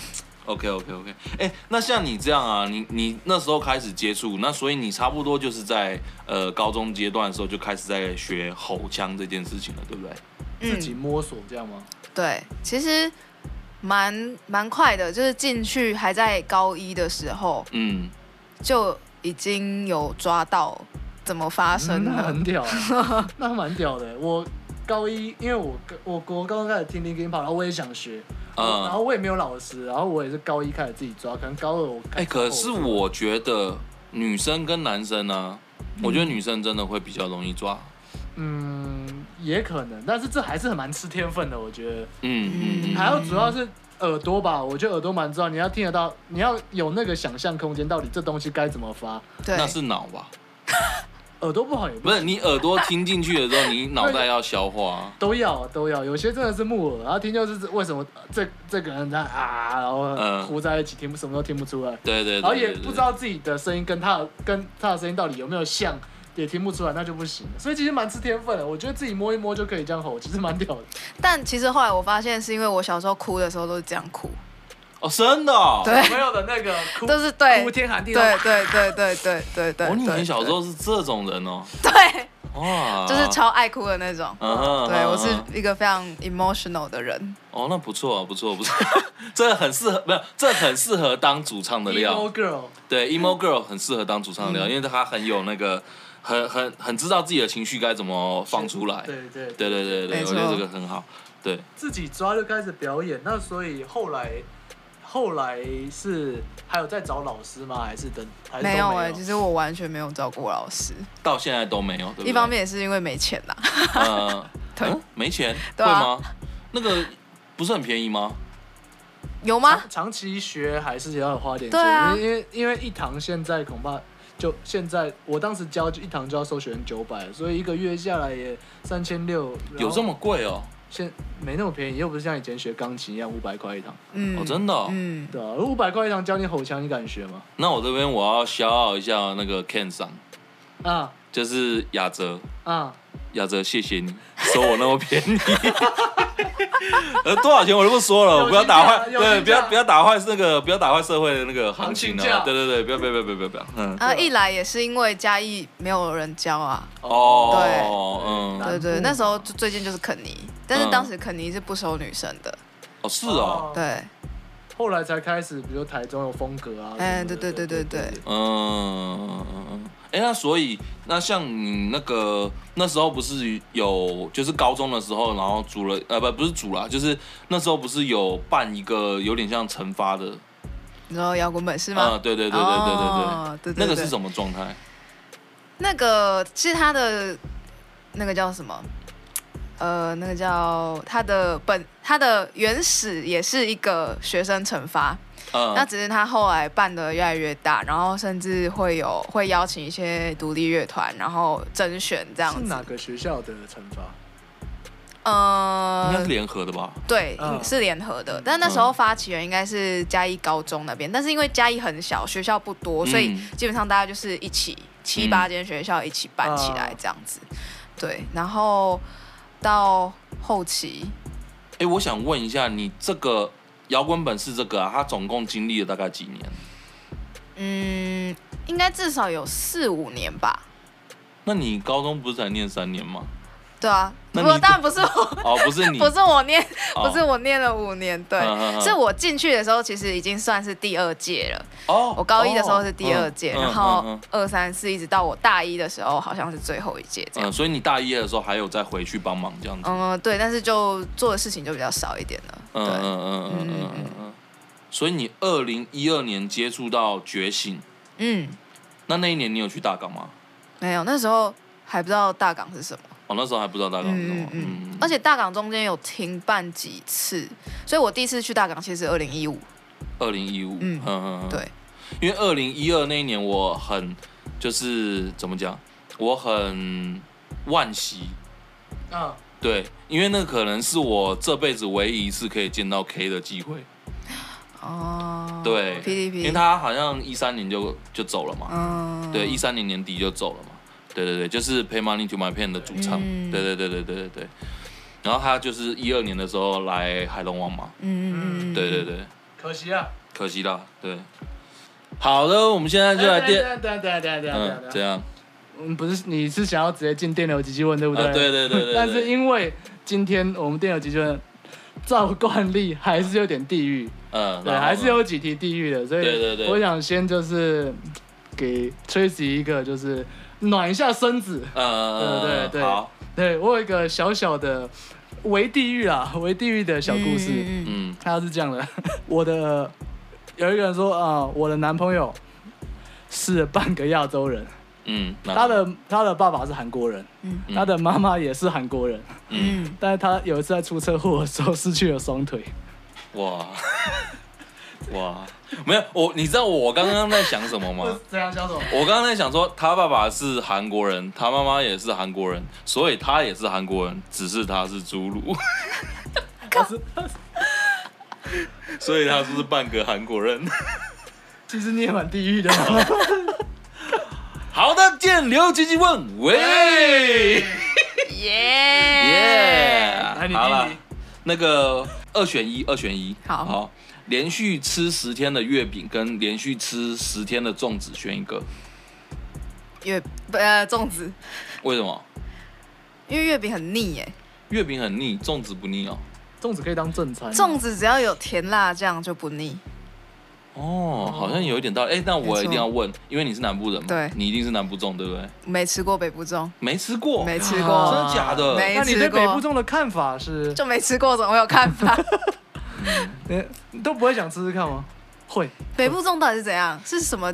S1: ，OK OK OK。哎，那像你这样啊，你你那时候开始接触，那所以你差不多就是在呃高中阶段的时候就开始在学吼腔这件事情了，对不对？
S2: 自己摸索这样吗？
S3: 对，其实蛮蛮快的，就是进去还在高一的时候
S1: 嗯，
S3: 就已经有抓到怎么发生
S2: 嗯那
S3: 的。
S2: 很屌、 那蛮屌的。我高一，因为我我国高中开始听 Linkin Park，然后我也想学，然
S1: 嗯，
S2: 后我也没有老师，然后我也是高一开始自己抓，可能高二我
S1: 哎、可是我觉得女生跟男生呢、我觉得女生真的会比较容易抓。
S2: 嗯也可能，但是这还是很蛮吃天分的，我觉得。
S1: 嗯嗯
S2: 还有主要是耳朵吧，我觉得耳朵蛮重要，你要听得到，你要有那个想象空间，到底这东西该怎么发。
S3: 对，
S1: 那是脑吧？
S2: 耳朵不好也不
S1: 不是，你耳朵听进去的时候，你脑袋要消化啊。
S2: 都要都要，有些真的是木耳，然后听就是为什么这这个人他啊，然后
S1: 嗯
S2: 糊在一起，听不什么都听不出来，
S1: 对对对
S2: 然后
S1: 对
S2: 也不知道自己的声音跟他跟他的声音到底有没有像，也听不出来，那就不行了。所以其实蛮吃天分的，我觉得自己摸一摸就可以这样吼，其实蛮屌的。
S3: 但其实后来我发现，是因为我小时候哭的时候都是这样哭，
S1: 哦，真的、哦。
S3: 对
S2: 朋友的那个哭
S3: 都是对
S2: 哭天喊地，
S3: 对对对对对对对。
S1: 哦，你以前
S3: 对
S1: 小时候是这种人哦，
S3: 对，
S1: 哇，
S3: 就是超爱哭的那种。
S1: 啊嗯哼，嗯哼
S3: 对我是一个非常 emotional 的人，
S1: 哦，那不错啊，不错不 错，这很适合，没有，这很适合当主唱的
S2: emo
S1: 料，
S2: girl，
S1: 对，emo girl 很适合当主
S3: 嗯
S1: 唱的料，因为他很有那个，很很很知道自己的情绪该怎么放出来，
S2: 对对对
S1: 对对对对，
S3: 没
S1: 我
S3: 错
S1: 觉得这个很好，对，
S2: 自己抓就开始表演，那所以后来后来是还有在找老师吗？还是等还是都
S3: 没有哎、
S2: 有
S3: 其实我完全没有照顾老师。
S1: 到现在都没有，对不对
S3: 一方，面也是因为没钱啦，
S1: 呃，
S3: 对
S1: 嗯没钱，会
S3: 对啊
S1: 吗？那个不是很便宜吗？
S3: 有吗
S2: 长？长期学还是要花点钱，
S3: 啊对啊
S2: 因为因为一堂现在恐怕就现在我当时教就一堂就要收学生九百，所以一个月下来也三千六，然后
S3: 啊
S1: 有这么贵哦？
S2: 现没那么便宜，又不是像以前学钢琴一样五百块一堂，
S3: 嗯
S1: 哦，真的哦，
S3: 嗯，
S2: 对啊，五百块一堂教你吼腔，你敢学吗？
S1: 那我这边我要消耗一下那个 Ken 上，
S2: 啊
S1: 就是雅哲，
S2: 啊，
S1: 亚哲，谢谢你收我那么便宜， 呃，多少钱我就不说了，
S2: 友情价
S1: 不要打坏，
S2: 友情价
S1: 对，不要不要打坏那个，不要打坏社会的那个行情
S2: 行情价
S1: 啊，对对对，不要不要不要不要不要，嗯，
S3: 然后啊一来也是因为嘉义没有人教啊，
S1: 哦，嗯，
S3: 对对，
S2: 嗯
S3: 那时候就最近就是肯尼，但是当时肯尼是不收女生的，
S1: 哦是哦，
S3: 对，
S2: 后来才开始，比如台中有风格啊，
S3: 哎
S2: 什么的
S3: 对对对对对
S1: 嗯，哎，那所以那像你那个那时候不是有，就是高中的时候，然后组了，呃，不不是组啦，就是那时候不是有办一个有点像惩罚的，
S3: 你知道摇滚本是
S1: 啊，
S3: 吗？
S1: 对对对对对对
S3: 哦对对
S1: 对，那个是
S3: 么？
S1: 什么状态？
S3: 那个是他的那个叫什么？呃，那个叫他的本，他的原始也是一个学生惩罚，
S1: 嗯
S3: 那只是他后来办的越来越大，然后甚至会有会邀请一些独立乐团，然后甄选这样
S2: 是
S3: 子
S2: 哪。个学校的惩罚？
S1: 应该
S3: 呃
S1: 是，联合的吧？
S3: 对，
S2: 嗯
S3: 是联合的，但那时候发起人应该是嘉义高中那边，但是因为嘉义很小，学校不多，
S1: 嗯
S3: 所以基本上大家就是一起七八间学校一起办起来
S2: 啊
S3: 这样子。
S1: 嗯
S3: 对，然后到后期，
S1: 哎、我想问一下，你这个摇滚本是这个啊，它总共经历了大概几年？
S3: 嗯，应该至少有四五年吧。
S1: 那你高中不是才念三年吗？
S3: 对啊，
S1: 那
S3: 不
S1: 你
S3: 过当然不是我，
S1: 哦，不是你，
S3: 不是我念，
S1: 哦
S3: 不是我念了五年，对
S1: 嗯嗯，嗯
S3: 是我进去的时候其实已经算是第二届了。
S1: 哦，
S3: 我高一的时候是第二届，
S1: 哦嗯
S3: 然
S1: 嗯
S3: 后
S1: 嗯
S3: 二三四一直到我大一的时候好像是最后一届这
S1: 嗯
S3: 样。
S1: 所以你大一的时候还有再回去帮忙这样子。
S3: 嗯，对，但是就做的事情就比较少一点了。
S1: 嗯嗯
S3: 对，
S1: 嗯嗯嗯
S3: 嗯
S1: 嗯嗯。所以你二零一二年接触到觉醒，
S3: 嗯，
S1: 那那一年你有去大港吗？
S3: 没有，那时候还不知道大港是什么。
S1: 哦，那时候还不知道大港是什
S3: 嗯
S1: 么
S3: 嗯。嗯，而且大港中间有停办几次，所以我第一次去大港其实是二零一五。
S1: 二零一五，嗯
S3: 嗯
S1: 嗯嗯，
S3: 对，
S1: 因为二零一二那一年我很就是怎么讲，我很惋惜，
S2: 啊，
S1: 对，因为那可能是我这辈子唯一一次可以见到 K 的机会。
S3: 哦，
S1: 对因为
S3: PDP，
S1: 他好像一三年就就走了嘛，
S3: 嗯，
S1: 对，一三年年底就走了嘛。对对对，就是 Pay Money to My Pen 的主唱。
S3: 嗯
S1: 对对对对对对对。然后他就是一二年的时候来海龙王嘛。
S3: 嗯嗯嗯，
S1: 对对对，
S2: 可惜啊。
S1: 可惜啦。对。好的，我们现在就
S2: 哎
S1: 来电。
S2: 等等等等
S1: 嗯，
S2: 等
S1: 这
S2: 等，
S1: 样。
S2: 嗯，不是，你是想要直接进电流急救问对不对？
S1: 啊，对对对对对。
S2: 但是因为今天我们电流急救问，照惯例还是有点地狱，
S1: 嗯，
S2: 对，
S1: 然后
S2: 还是有
S1: 呢
S2: 几题地狱的，所以
S1: 对对对
S2: 我想先就是给 Tracy 一个就是暖一下身子。
S1: 呃，
S2: 嗯对对对
S1: 好，
S2: 对我有一个小小的为地狱啊，为地狱的小故事。
S3: 嗯嗯嗯
S1: 嗯，
S2: 他是这样的， 我的有一个人说啊、我的男朋友是半个亚洲人，
S1: 嗯，那
S2: 他的他的爸爸是韩国人，
S3: 嗯
S1: 嗯
S2: 他的妈妈也是韩国人，
S1: 嗯，
S3: 嗯
S2: 但是他有一次在出车祸的时候失去了双腿。
S1: 哇哇，没有我，你知道我刚刚在想什么吗？
S2: 怎样，小总？
S1: 我刚刚在想说，他爸爸是韩国人，他妈妈也是韩国人，所以他也是韩国人，只是他是侏 儒，
S2: 他是他是
S1: 所以他是半个韩国人。
S2: 其实你也蛮地狱的嘛。
S1: 好的，见刘吉吉问，喂，
S3: 嗯
S1: 耶
S3: 耶，
S2: 来你弟弟
S1: 好了，那个二选一，二选一，
S3: 好
S1: 连续吃十天的月饼跟连续吃十天的粽子选一个，
S3: 月不呃粽子，
S1: 为什么？
S3: 因为月饼很腻耶，
S1: 月饼很腻，粽子不腻哦。
S2: 粽子可以当正餐，
S3: 粽子只要有甜辣酱就不腻。
S1: 哦，好像有一点道理。哎、那我
S3: 没错
S1: 一定要问，因为你是南部人嘛，
S3: 对
S1: 你一定是南部粽，对不对？
S3: 没吃过北部粽，
S1: 没吃过，
S3: 没吃
S1: 真
S3: 过
S1: 的假的？
S3: 没
S2: 那你对
S3: 吃过
S2: 北部粽的看法是？
S3: 就没吃过，怎么会有看法？
S2: 你你都不会想试试看吗？会，
S3: 北部粽到底是怎样？是什么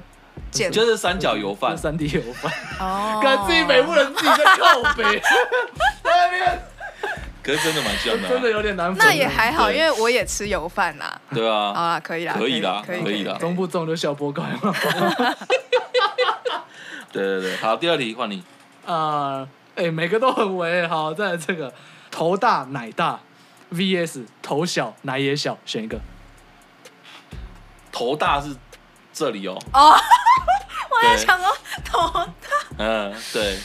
S3: 碱？
S1: 就是三角油饭
S2: 这，三 D 有饭，
S3: 哦
S2: 可能自己北部人自己在靠 北，在那边
S1: 可是真的蛮 像的、啊，
S2: 真的有点难分。
S3: 那也还好，
S1: 对
S3: 因为我也吃油饭啦。
S1: 对
S3: 好
S1: 啊。
S3: 啦，可以啦，
S1: 可以啦
S3: 可以
S1: 可以啦
S2: 中不中就小波怪嘛。
S1: 对对对，好，第二题换你。
S2: 啊，哎，每个都很围。好，再来这个头大奶大 VS 头小奶也小，选一个。
S1: 头大是这里哦，
S3: 哦， 我
S1: 对
S3: 在想说头，
S1: 嗯，对，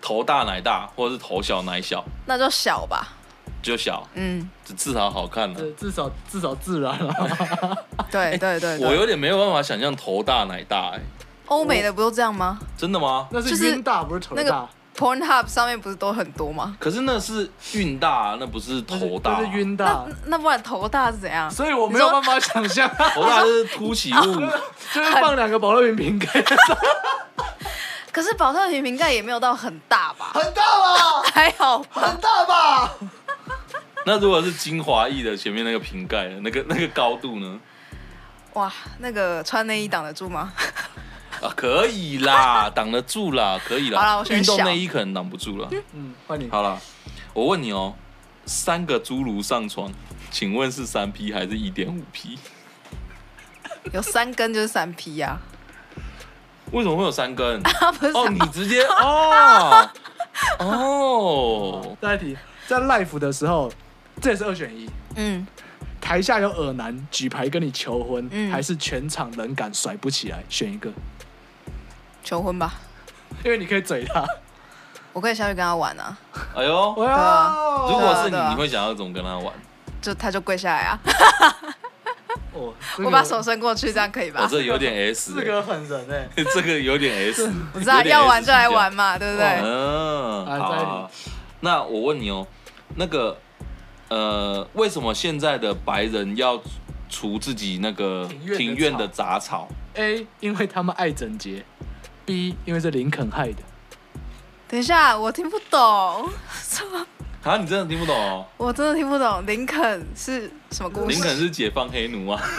S1: 头大奶大，或者是头小奶小，
S3: 那就小吧。
S1: 就小，
S3: 嗯，
S1: 至少好看了
S2: 这。至少至少自然 了。
S3: 对对对
S1: 我
S3: 对。
S1: 有点没有办法想象头大奶大、哎，
S3: 欧美的不都这样吗
S1: 真的吗？
S2: 那
S3: 就是
S2: 是晕大，不是头
S3: 那
S2: 大
S3: 个。？Pornhub 上面不是都很多吗？
S1: 可是那是孕大，啊那不是
S2: 那是
S1: 头大，
S2: 那是晕大
S3: 那，那不然头大是怎样？
S2: 所以我没有
S3: 你说
S2: 办法想象，
S1: 头大是凸起 物。
S2: 就是放两个保乐瓶瓶盖，
S3: 可是保特瓶瓶盖也没有到很大吧？
S2: 很大吧，
S3: 还好吧。
S2: 很大吧。
S1: 那如果是精华液的前面那个瓶盖，那个那个高度呢？
S3: 哇，那个穿内衣挡得住吗？
S1: 啊，可以啦，挡得住啦，可以啦。
S3: 好啦我选
S1: 运动
S3: 小
S1: 内衣可能挡不住 了。
S2: 嗯，换你。
S1: 好啦，我问你哦，三个侏儒上床，请问是三 P 还是一点五 P？
S3: 有三根就是三 P 啊呀、
S1: 为什么会有三 根？
S3: 啊，不是
S1: 哦，你直 接哦哦，
S2: 下一题，在 live 的时候，这也是二选一，
S3: 嗯，
S2: 台下有耳男举牌跟你求婚，
S3: 嗯
S2: 还是全场冷感甩不起来，选一个，
S3: 求婚吧，
S2: 因为你可以嘴他。
S3: 我可以下去跟他玩啊，
S1: 哎呦，
S2: 哇哦，
S1: 如果是
S3: 对啊
S1: 你，你会想要怎么跟他玩？
S3: 就他就跪下来啊，
S2: 哦
S3: 我把手伸过去，啊这样可以
S1: 我
S3: 吧？
S1: 哦这有点 S，欸
S2: 这个狠人哎、
S1: 这个有 点 S，
S3: 不知道
S1: 有点
S3: 要
S1: S
S3: 玩就来
S1: 倾向
S3: 玩嘛，对不对？
S1: 嗯，
S2: 啊
S1: 好
S2: 再一
S1: 好。好那我问你哦，那个呃，为什么现在的白人要除自己那个
S2: 庭院的
S1: 庭院的杂草？
S2: a 因为他们爱整洁，B 因为是林肯害的。
S3: 等一下，我听不懂，什么？
S1: 啊，你真的听不懂哦？
S3: 我真的听不懂，林肯是什么故事？
S1: 林肯是解放黑奴啊！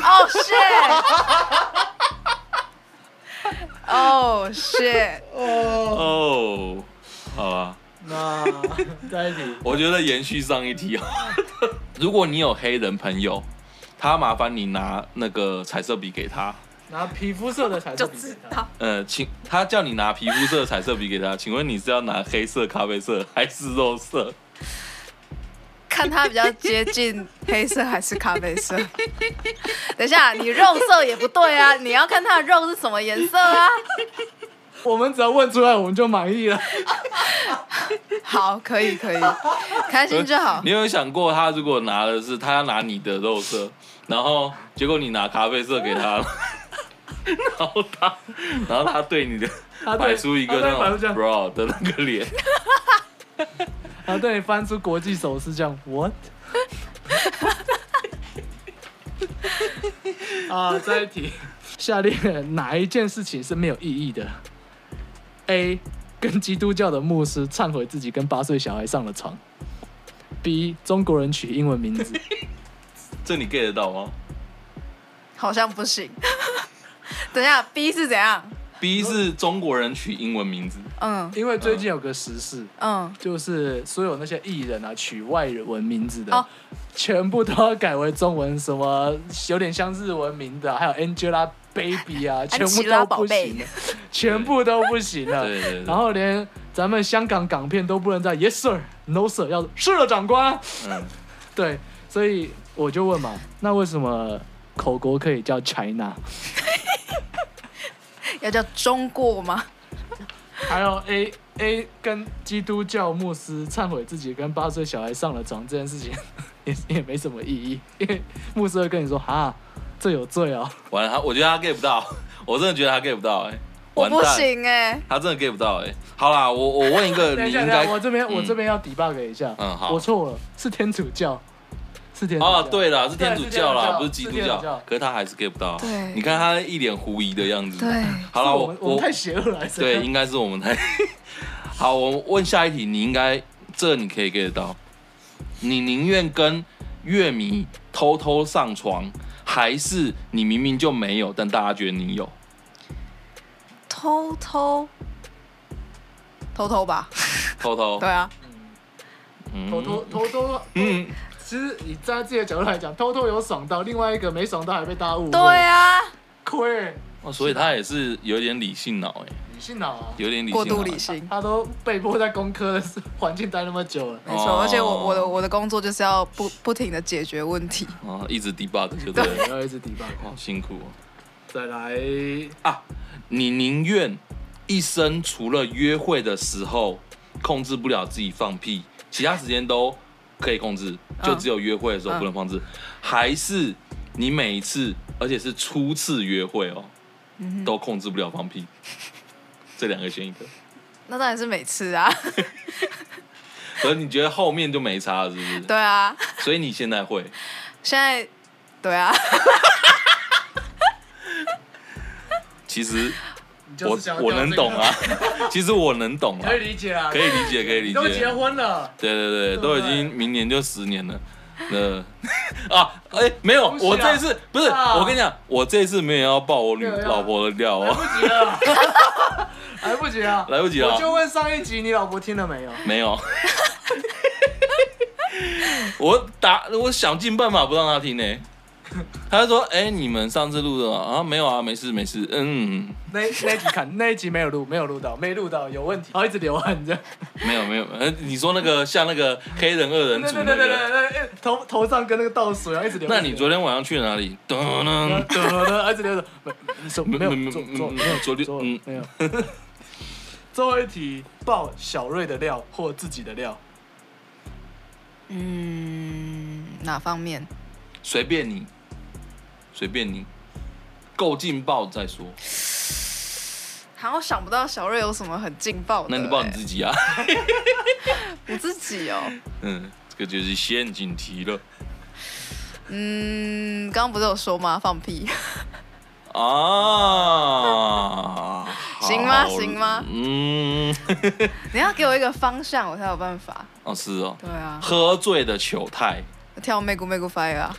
S3: 哦 shit，哦 shit，
S2: 哦，
S1: 哦，好啊，
S2: 那再一题，
S1: 我觉得延续上一题 哦。如果你有黑人朋友，他麻烦你拿那个彩色笔给他。
S2: 拿皮肤色的才
S3: 就知道
S1: 呃，请他叫你拿皮肤色的彩色笔给他，请问你是要拿黑色、咖啡色还是肉色？
S3: 看他比较接近黑色还是咖啡色。 等一下，你肉色也不对啊，你要看他的肉是什么颜色啊。
S2: 我们只要问出来，我们就满意了。
S3: 好，可以可以，开心就好
S1: 你。有没有想过，他如果拿的是他要拿你的肉色，然后结果你拿咖啡色给 他，然后他，然后他对你的
S2: 他对
S1: 摆出一个
S2: 他对摆
S1: 那
S2: 出这
S1: 种
S2: 样
S1: bro 的那个脸，
S2: 然后对你翻出国际手势，这样 what？啊，再一题，下列哪一件事情是没有意义的？A. 跟基督教的牧师忏悔自己跟八岁小孩上了床。B. 中国人取英文名字。
S1: 这你 get 得到吗
S3: 好像不行。等一下，B 是怎样？
S1: ？B 是中国人取英文名字，
S3: 嗯
S2: 因为最近有个时事，
S3: 嗯，
S2: 就是所有那些艺人啊取外文名字的，
S3: 哦
S2: 全部都要改为中文，什么有点像日文名的，还有 Angelababy 啊，全部都不行了，全部都不行了。
S1: 对对对
S2: 然后连咱们香港港片都不能再 Yes sir No sir，要是的长官。啊
S1: 嗯，
S2: 对，所以我就问嘛，那为什么口国可以叫 China？
S3: 要叫中国吗？
S2: 还有 A A 跟基督教牧师忏悔自己跟八岁小孩上了床这件事情，也也没什么意义，因为牧师会跟你说哈，这有罪哦。
S1: 完了他，我觉得他 get 不到， 我真的觉得他 get 不到、哎，
S3: 我
S1: 完
S3: 不
S1: 蛋，
S3: 行哎、
S1: 他真的 get 不到、哎，好啦，我我问一个，
S2: 等
S1: 你
S2: 一
S1: 应
S2: 下，等
S1: 该
S2: 一下，我这边、
S1: 嗯
S2: 我这边要 debug 一下，
S1: 嗯好
S2: 我错了，是天主教，是天主教。
S1: 哦，对啦，是天主教
S2: 对是天主
S1: 啦，
S2: 教
S1: 不是基督
S2: 是天
S1: 教
S2: 主教，
S1: 可是他还是 get 不到啊。
S3: 对
S1: 你看他一脸狐疑的样子。
S3: 对
S1: 好了，
S2: 我
S1: 我
S2: 们我们太邪恶了，还是
S1: 对，应该是我们太 好。我问下一题，你应该这你可以 get 得到。你宁愿跟乐迷偷偷上床，还是你明明就没有，但大家觉得你有？
S3: 偷偷偷偷吧，
S1: 偷偷
S3: 对，啊，
S1: 嗯
S2: 偷偷偷偷，嗯，
S1: 嗯，
S2: 其实以站在自己的角度来讲，偷偷有爽到，另外一个没爽到还被大家误会，
S3: 对，啊，
S2: 亏，
S1: 哦所以他也是有点理性脑，哎，
S2: 理性脑啊。
S1: 有点理性
S3: 过
S1: 脑，哎
S3: 度理性，
S2: 他都被迫在工科的环境待那么久 了，
S3: 没错，
S1: 哦
S3: 而且我我的我的工作就是要不不停的解决问题，
S1: 哦，一直 debug 就对了，
S2: 要一直 debug。
S1: 好辛苦哦。
S2: 再来，
S1: 啊，你宁愿一生除了约会的时候控制不了自己放屁，其他时间都可以控制，就只有约会的时候不能控制，还是你每一次，而且是初次约会哦，都控制不了放屁？ 这两个选一个，
S3: 那当然是每次啊，
S1: 可是你觉得后面就没差了，是不是？
S3: 对啊，
S1: 所以你现在会，
S3: 现在对啊，
S1: 其实
S2: 你
S1: 我、
S2: 就是想要
S1: 我
S2: 掉这
S1: 能
S2: 个
S1: 懂啊，， 其实我能懂啊
S2: 可，以理解啊，
S1: 可以理解，可以理解。
S2: 你都结婚 了，
S1: 对对对，
S2: 对
S1: 都已经明年就十年了。呃， 啊，哎、没有，
S2: 恭喜啊
S1: 我这一次不是，
S2: 啊
S1: 我跟你讲，我这一次没有要爆我女
S2: 没有要
S1: 老婆的料
S2: 来
S1: 哦，
S2: 不及了， 来不及了，
S1: 来不及了啊
S2: 我就问上一集你老婆听了没有？
S1: 没有。 我打，我想尽办法不让她听呢、她就说：“哎、你们上次录的啊？没有啊，没事没事，嗯，
S2: 那那一集看，那一集没有录，没有录到，没录到，有问题，然后一直流汗这样。
S1: 没有没有。呃，你说那个像那个黑人二人
S2: 对
S1: 组
S2: 对
S1: 那
S2: 对对
S1: 个，
S2: 对对，头头上跟那个倒水，然后一直流。
S1: 那你昨天晚上去哪里？噔噔
S2: 得 了，一直流着，没手没有左左没有
S1: 昨天
S2: 做
S1: 嗯
S2: 没有。 最后一题，爆小瑞的料或自己的料，
S3: 嗯，哪方面？
S1: 随便你，随便你，够劲爆再说。
S3: 好像想不到小瑞有什么很劲爆的、
S1: 那你报你自己啊。
S3: 己，我自己哦。
S1: 嗯，这个就是陷阱题了
S3: 嗯，刚刚不是有说吗？放屁，
S1: 啊。
S3: 行吗
S1: 好
S3: 行吗
S1: 嗯，
S3: 你要给我一个方向，我才有办法。
S1: 哦是哦，
S3: 对啊，
S1: 喝醉的糗态，
S3: 跳妹姑妹姑 fire 啊，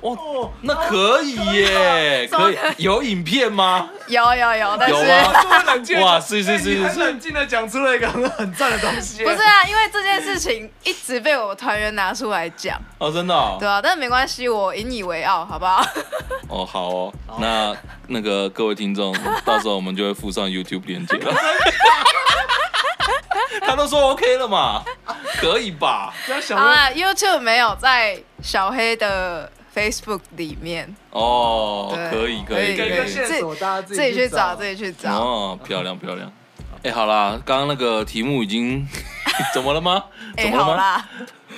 S1: 哇，那可以 耶，可以有影片吗？
S3: 有有有，但
S1: 有
S3: 是。
S1: 吗？
S2: 哇，冷静哎
S1: 哇是是是
S2: 你很
S1: 是
S2: 冷静的讲出了一个很很赞的东西。
S3: 不是，啊，因为这件事情一直被我团员拿出来讲，
S1: 哦，真的哦
S3: 对，啊，但没关系，我引以为傲，好不好？
S1: 哦好哦，那那个各位听 众，到时候我们就会附上 YouTube 链接了。他都说 OK 了嘛，可以吧？
S2: 不要小
S3: 好
S2: 瑞，
S3: 啦 y o u t u b e 没有在小黑的 Facebook 里面，
S1: 哦
S3: 对，
S1: 可以可以
S3: 可
S1: 可
S3: 以
S2: 给个
S1: 以。
S2: 线索，大家
S3: 自己去找，
S2: 找，
S3: 自己去找。
S1: 哦，漂亮漂亮。哎、好啦，刚刚那个题目已经 怎么了吗？
S3: 哎、
S1: 怎么
S3: 好
S1: 了吗？
S3: 啦，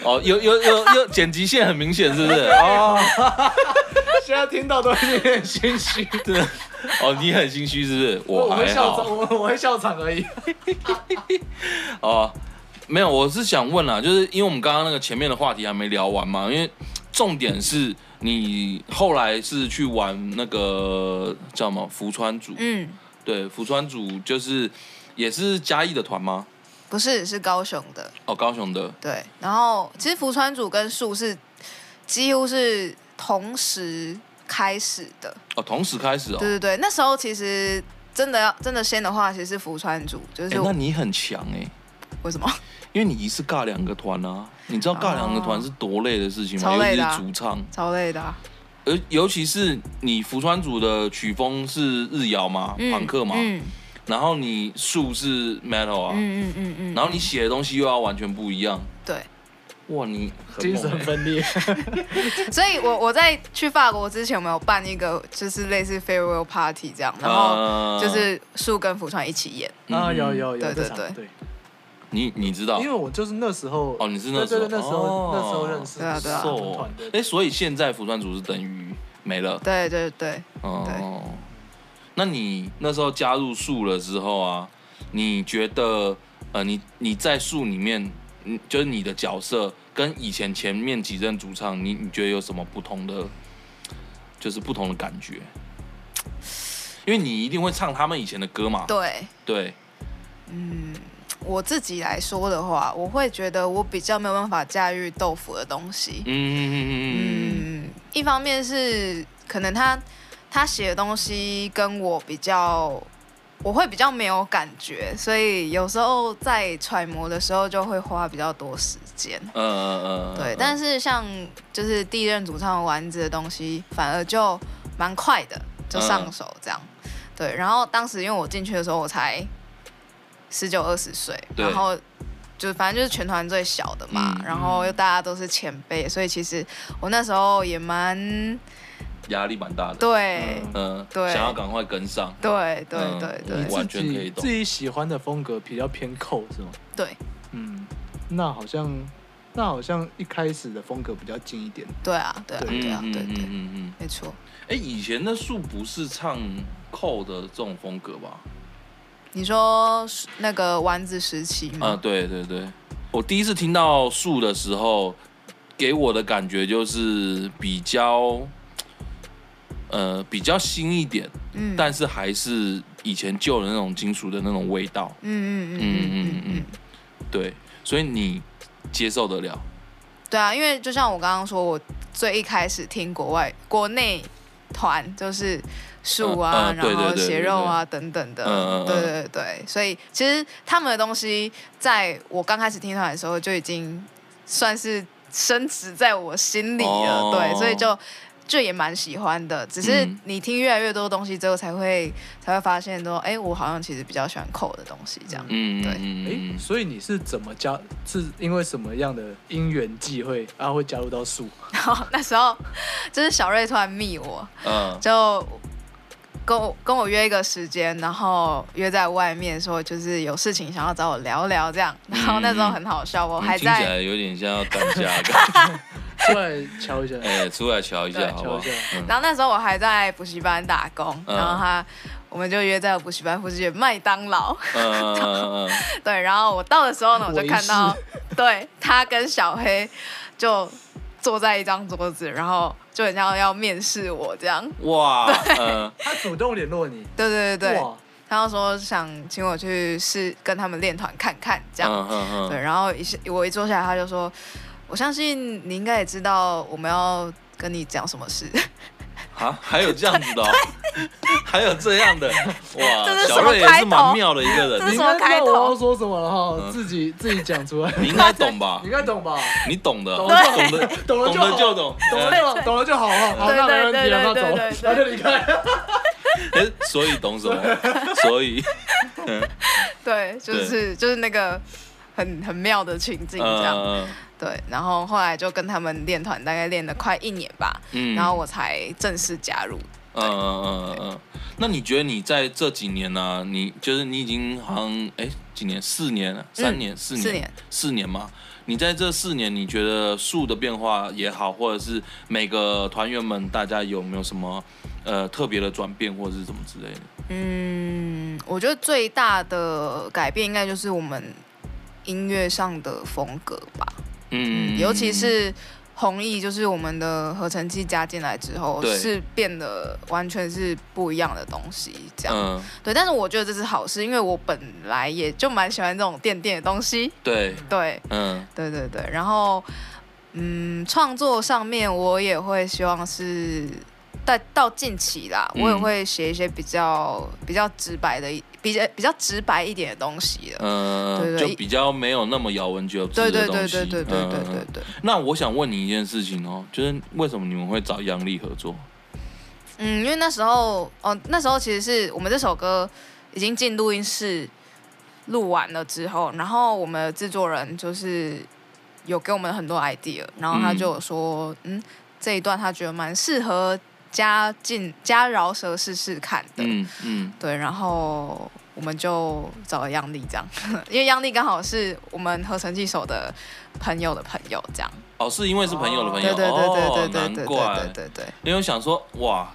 S1: 哦，有有有有剪辑线很明显，是不是？ 哦，
S2: 现在听到都有点心虚。
S1: 真的。哦，你很心虚是不是？
S2: 我
S1: 我
S2: 我会
S1: 还
S2: 笑场，
S1: 好。
S2: 我我会笑场而已。
S1: 哦，没有，我是想问啦，就是因为我们刚刚那个前面的话题还没聊完嘛，因为。重点是你后来是去玩那个叫什么福川组，
S3: 嗯，
S1: 对，福川组就是也是嘉义的团吗？
S3: 不是，是高雄的，
S1: 哦，高雄的，
S3: 对。然后其实福川组跟树是几乎是同时开始的，
S1: 哦，同时开始哦。
S3: 对对对。那时候其实真的要真的先的话，其实是福川组，就是
S1: 哎、那你很强哎、
S3: 为什么？
S1: 因为你一次尬两个团啊，你知道尬两个团是多累的事情吗？
S3: 超
S1: 尤
S3: 累
S1: 其
S3: 的啊
S1: 是主唱，
S3: 超累的、啊，
S1: 而呃尤其是你福川组的曲风是日摇嘛，
S3: 嗯
S1: 朋克嘛，
S3: 嗯
S1: 然后你树是 metal 啊，
S3: 嗯嗯嗯嗯，
S1: 然后你写的东西又要完全不一样，
S3: 对。
S1: 哇，你很
S2: 精
S1: 猛
S2: 神
S1: 欸
S2: 分裂，
S3: 所以我我在去法国之前，我们有办一个就是类似 farewell party 这样，然后
S1: 呃
S3: 就是树跟福川一起演，
S2: 啊，有有有这
S3: 对嗯对
S2: 场
S3: 对
S2: 对，
S1: 你你知道
S2: 因为我就是那时候
S1: 哦哦，你是那
S2: 对
S1: 时
S2: 对
S1: 候
S2: 对，那时
S1: 哦
S2: 候那时候认识
S3: 对啊对啊
S2: 我
S1: 瘦
S2: 们
S1: 哦
S2: 团队，
S1: 哎，所以现在服装组是等于没了
S3: 对对对，
S1: 哦。那你那时候加入树了之后啊，你觉得呃，你你在树里面，嗯，就是你的角色跟以前前面几任主唱，你你觉得有什么不同的，就是不同的感觉？因为你一定会唱他们以前的歌嘛，
S3: 对
S1: 对，
S3: 我自己来说的话，我会觉得我比较没有办法驾驭豆腐的东西
S1: 嗯。嗯嗯嗯嗯
S3: 嗯，一方面是可能他他写的东西跟我比较，我会比较没有感觉，所以有时候在揣摩的时候就会花比较多时间。
S1: 嗯呃呃，
S3: 对，
S1: 是
S3: 但是像就是第一任主唱丸子的东西，反而就蛮快的，就上手这样。
S1: 嗯
S3: 对，然后当时因为我进去的时候我才十九二十岁，
S1: 对
S3: 然后就反正就是全团最小的嘛，
S1: 嗯
S3: 然后又大家都是前辈，所以其实我那时候也蛮
S1: 压力蛮大的，
S3: 对、
S2: 嗯
S1: 嗯，
S3: 对
S1: 想要赶快跟上，
S3: 对对
S1: 嗯
S3: 对
S1: 嗯
S3: 对
S1: 完全可以
S2: 自己
S1: 懂
S2: 自己喜欢的风格比较偏扣是吗？
S3: 对
S2: 嗯，那好像那好像一开始的风格比较近一点，
S3: 对啊对啊对啊对对
S1: 嗯嗯嗯。
S3: 没错。
S1: 哎、以前的树不是唱扣的这种风格吧？
S3: 你说那个丸子时期
S1: 啊，
S3: 吗？
S1: 对对对，我第一次听到树的时候，给我的感觉就是比较，呃，比较新一点，
S3: 嗯
S1: 但是还是以前旧的那种金属的那种味道。
S3: 嗯嗯嗯
S1: 嗯
S3: 嗯
S1: 嗯
S3: 嗯嗯
S1: 嗯。，对，所以你接受得了？
S3: 对啊，因为就像我刚刚说，我最一开始听国外、国内团就是树啊，
S1: 嗯嗯对
S3: 然后
S1: 对对
S3: 血肉啊等等的，
S1: 嗯嗯嗯
S3: 对对对，所以其实他们的东西，在我刚开始听团的时候就已经算是升值在我心里了，
S1: 哦
S3: 对，所以就。就也蛮喜欢的，只是
S1: 嗯
S3: 你听越来越多东西之后，才会才会发现说，哎、我好像其实比较喜欢扣的东西这样。
S1: 嗯，
S3: 对
S1: 嗯
S2: 哎、
S1: 嗯
S2: 所以你是怎么加？是因为什么样的因缘际会，然、后会加入到树？
S3: 然后那时候就是小瑞突然密我，
S1: 嗯
S3: 就跟我跟我约一个时间，然后约在外面说就是有事情想要找我聊聊这样。然后那时候很好笑，我
S1: 嗯，
S3: 还
S1: 你听起
S3: 在
S1: 来有点 像要干架的感觉，
S2: 出来敲一下，
S1: 哎、出来瞧一
S3: 对
S1: 下好不
S2: 敲
S1: 好
S2: 一？下。
S3: 然后那时候我还在补习班打工，
S1: 嗯
S3: 然后他我们就约在补习班附近的麦当劳。
S1: 嗯嗯嗯嗯嗯，
S3: 对，然后我到的时候呢，我就看到对他跟小黑就坐在一张桌子，然后就很像要面试我这样。
S1: 哇，嗯。
S2: 他主动联络你，
S3: 对对 对对，
S2: 哇，
S3: 他就说想请我去试跟他们练团看看这样。
S1: 嗯嗯
S3: 对，，然后一下我一坐下来，他就说：“我相信你应该也知道我们要跟你讲什么事。
S1: 啊，还有这样子的、哦，还有这样的，
S3: 这
S1: 哇，
S3: 是
S1: 小
S3: 什么
S1: 瑞也
S3: 开
S1: 是
S3: 头
S1: 蛮妙的一个
S3: 这是
S1: 人，
S2: 你
S1: 你
S2: 应该知道我
S3: 开
S2: 要
S3: 头
S2: 说什么了哈，
S1: 嗯
S2: 自己自己讲出来，
S1: 你应嗯该懂吧
S2: 你应？该懂吧？
S1: 你懂的，懂
S3: 对
S1: 的，
S2: 懂了
S1: 懂
S2: 就好
S1: 的就懂。
S2: 懂了就好懂了就好
S1: 嗯
S2: 哈，好，
S3: 对
S2: 那没问
S3: 对
S2: 题了，那
S3: 对
S2: 走，
S3: 对
S2: 那就离开。
S1: 哎，所以懂什么？所 以，
S3: 对，就是就是那个很很妙的情境这样。
S1: 嗯
S3: 对，然后后来就跟他们练团，大概练了快一年吧，
S1: 嗯
S3: 然后我才正式加入。
S1: 嗯嗯嗯嗯嗯。那你觉得你在这几年呢、你就是你已经好像哎几年？四年了，三年、四年
S3: 四年
S1: 四年嘛？你在这四年，你觉得树的变化也好，或者是每个团员们大家有没有什么呃特别的转变，或者是什么之类的？
S3: 嗯，我觉得最大的改变应该就是我们音乐上的风格吧，
S1: 嗯
S3: 尤其是弘毅，就是我们的合成器加进来之后，
S1: 对
S3: 是变得完全是不一样的东西，这样、
S1: 嗯，
S3: 对。但是我觉得这是好事，因为我本来也就蛮喜欢这种电电的东西，
S1: 对，
S3: 对，
S1: 嗯，
S3: 对对对。然后，嗯，创作上面我也会希望是。但到近期啦，
S1: 嗯
S3: 我也会写一些比较比较直白的、比较比较直白一点的东西了。
S1: 嗯，
S3: 对
S1: 就
S3: 对
S1: 比较没有那么咬文嚼字
S3: 对
S1: 的
S3: 对
S1: 东
S3: 对
S1: 西。
S3: 对对对
S1: 嗯
S3: 对
S1: 嗯
S3: 对
S1: 嗯
S3: 对。
S1: 那我想问你一件事情哦，就是为什么你们会找杨丽合作？
S3: 嗯，因为那时候，哦，那时候其实是我们这首歌已经进录音室录完了之后，然后我们的制作人就是有给我们很多 idea，然后他就有说，嗯这一段他觉得蛮适合加进加饶舌试试看的，
S1: 嗯嗯，
S3: 对，然后我们就找了央丽这样，因为央丽刚好是我们合成器手的朋友的朋友，这样，
S1: 哦，是因为是朋友的朋友，
S3: 对对对对对
S1: 哦，
S3: 对对
S1: 难
S3: 对
S1: 怪
S3: 对，对对。
S1: 因为我想说，哇，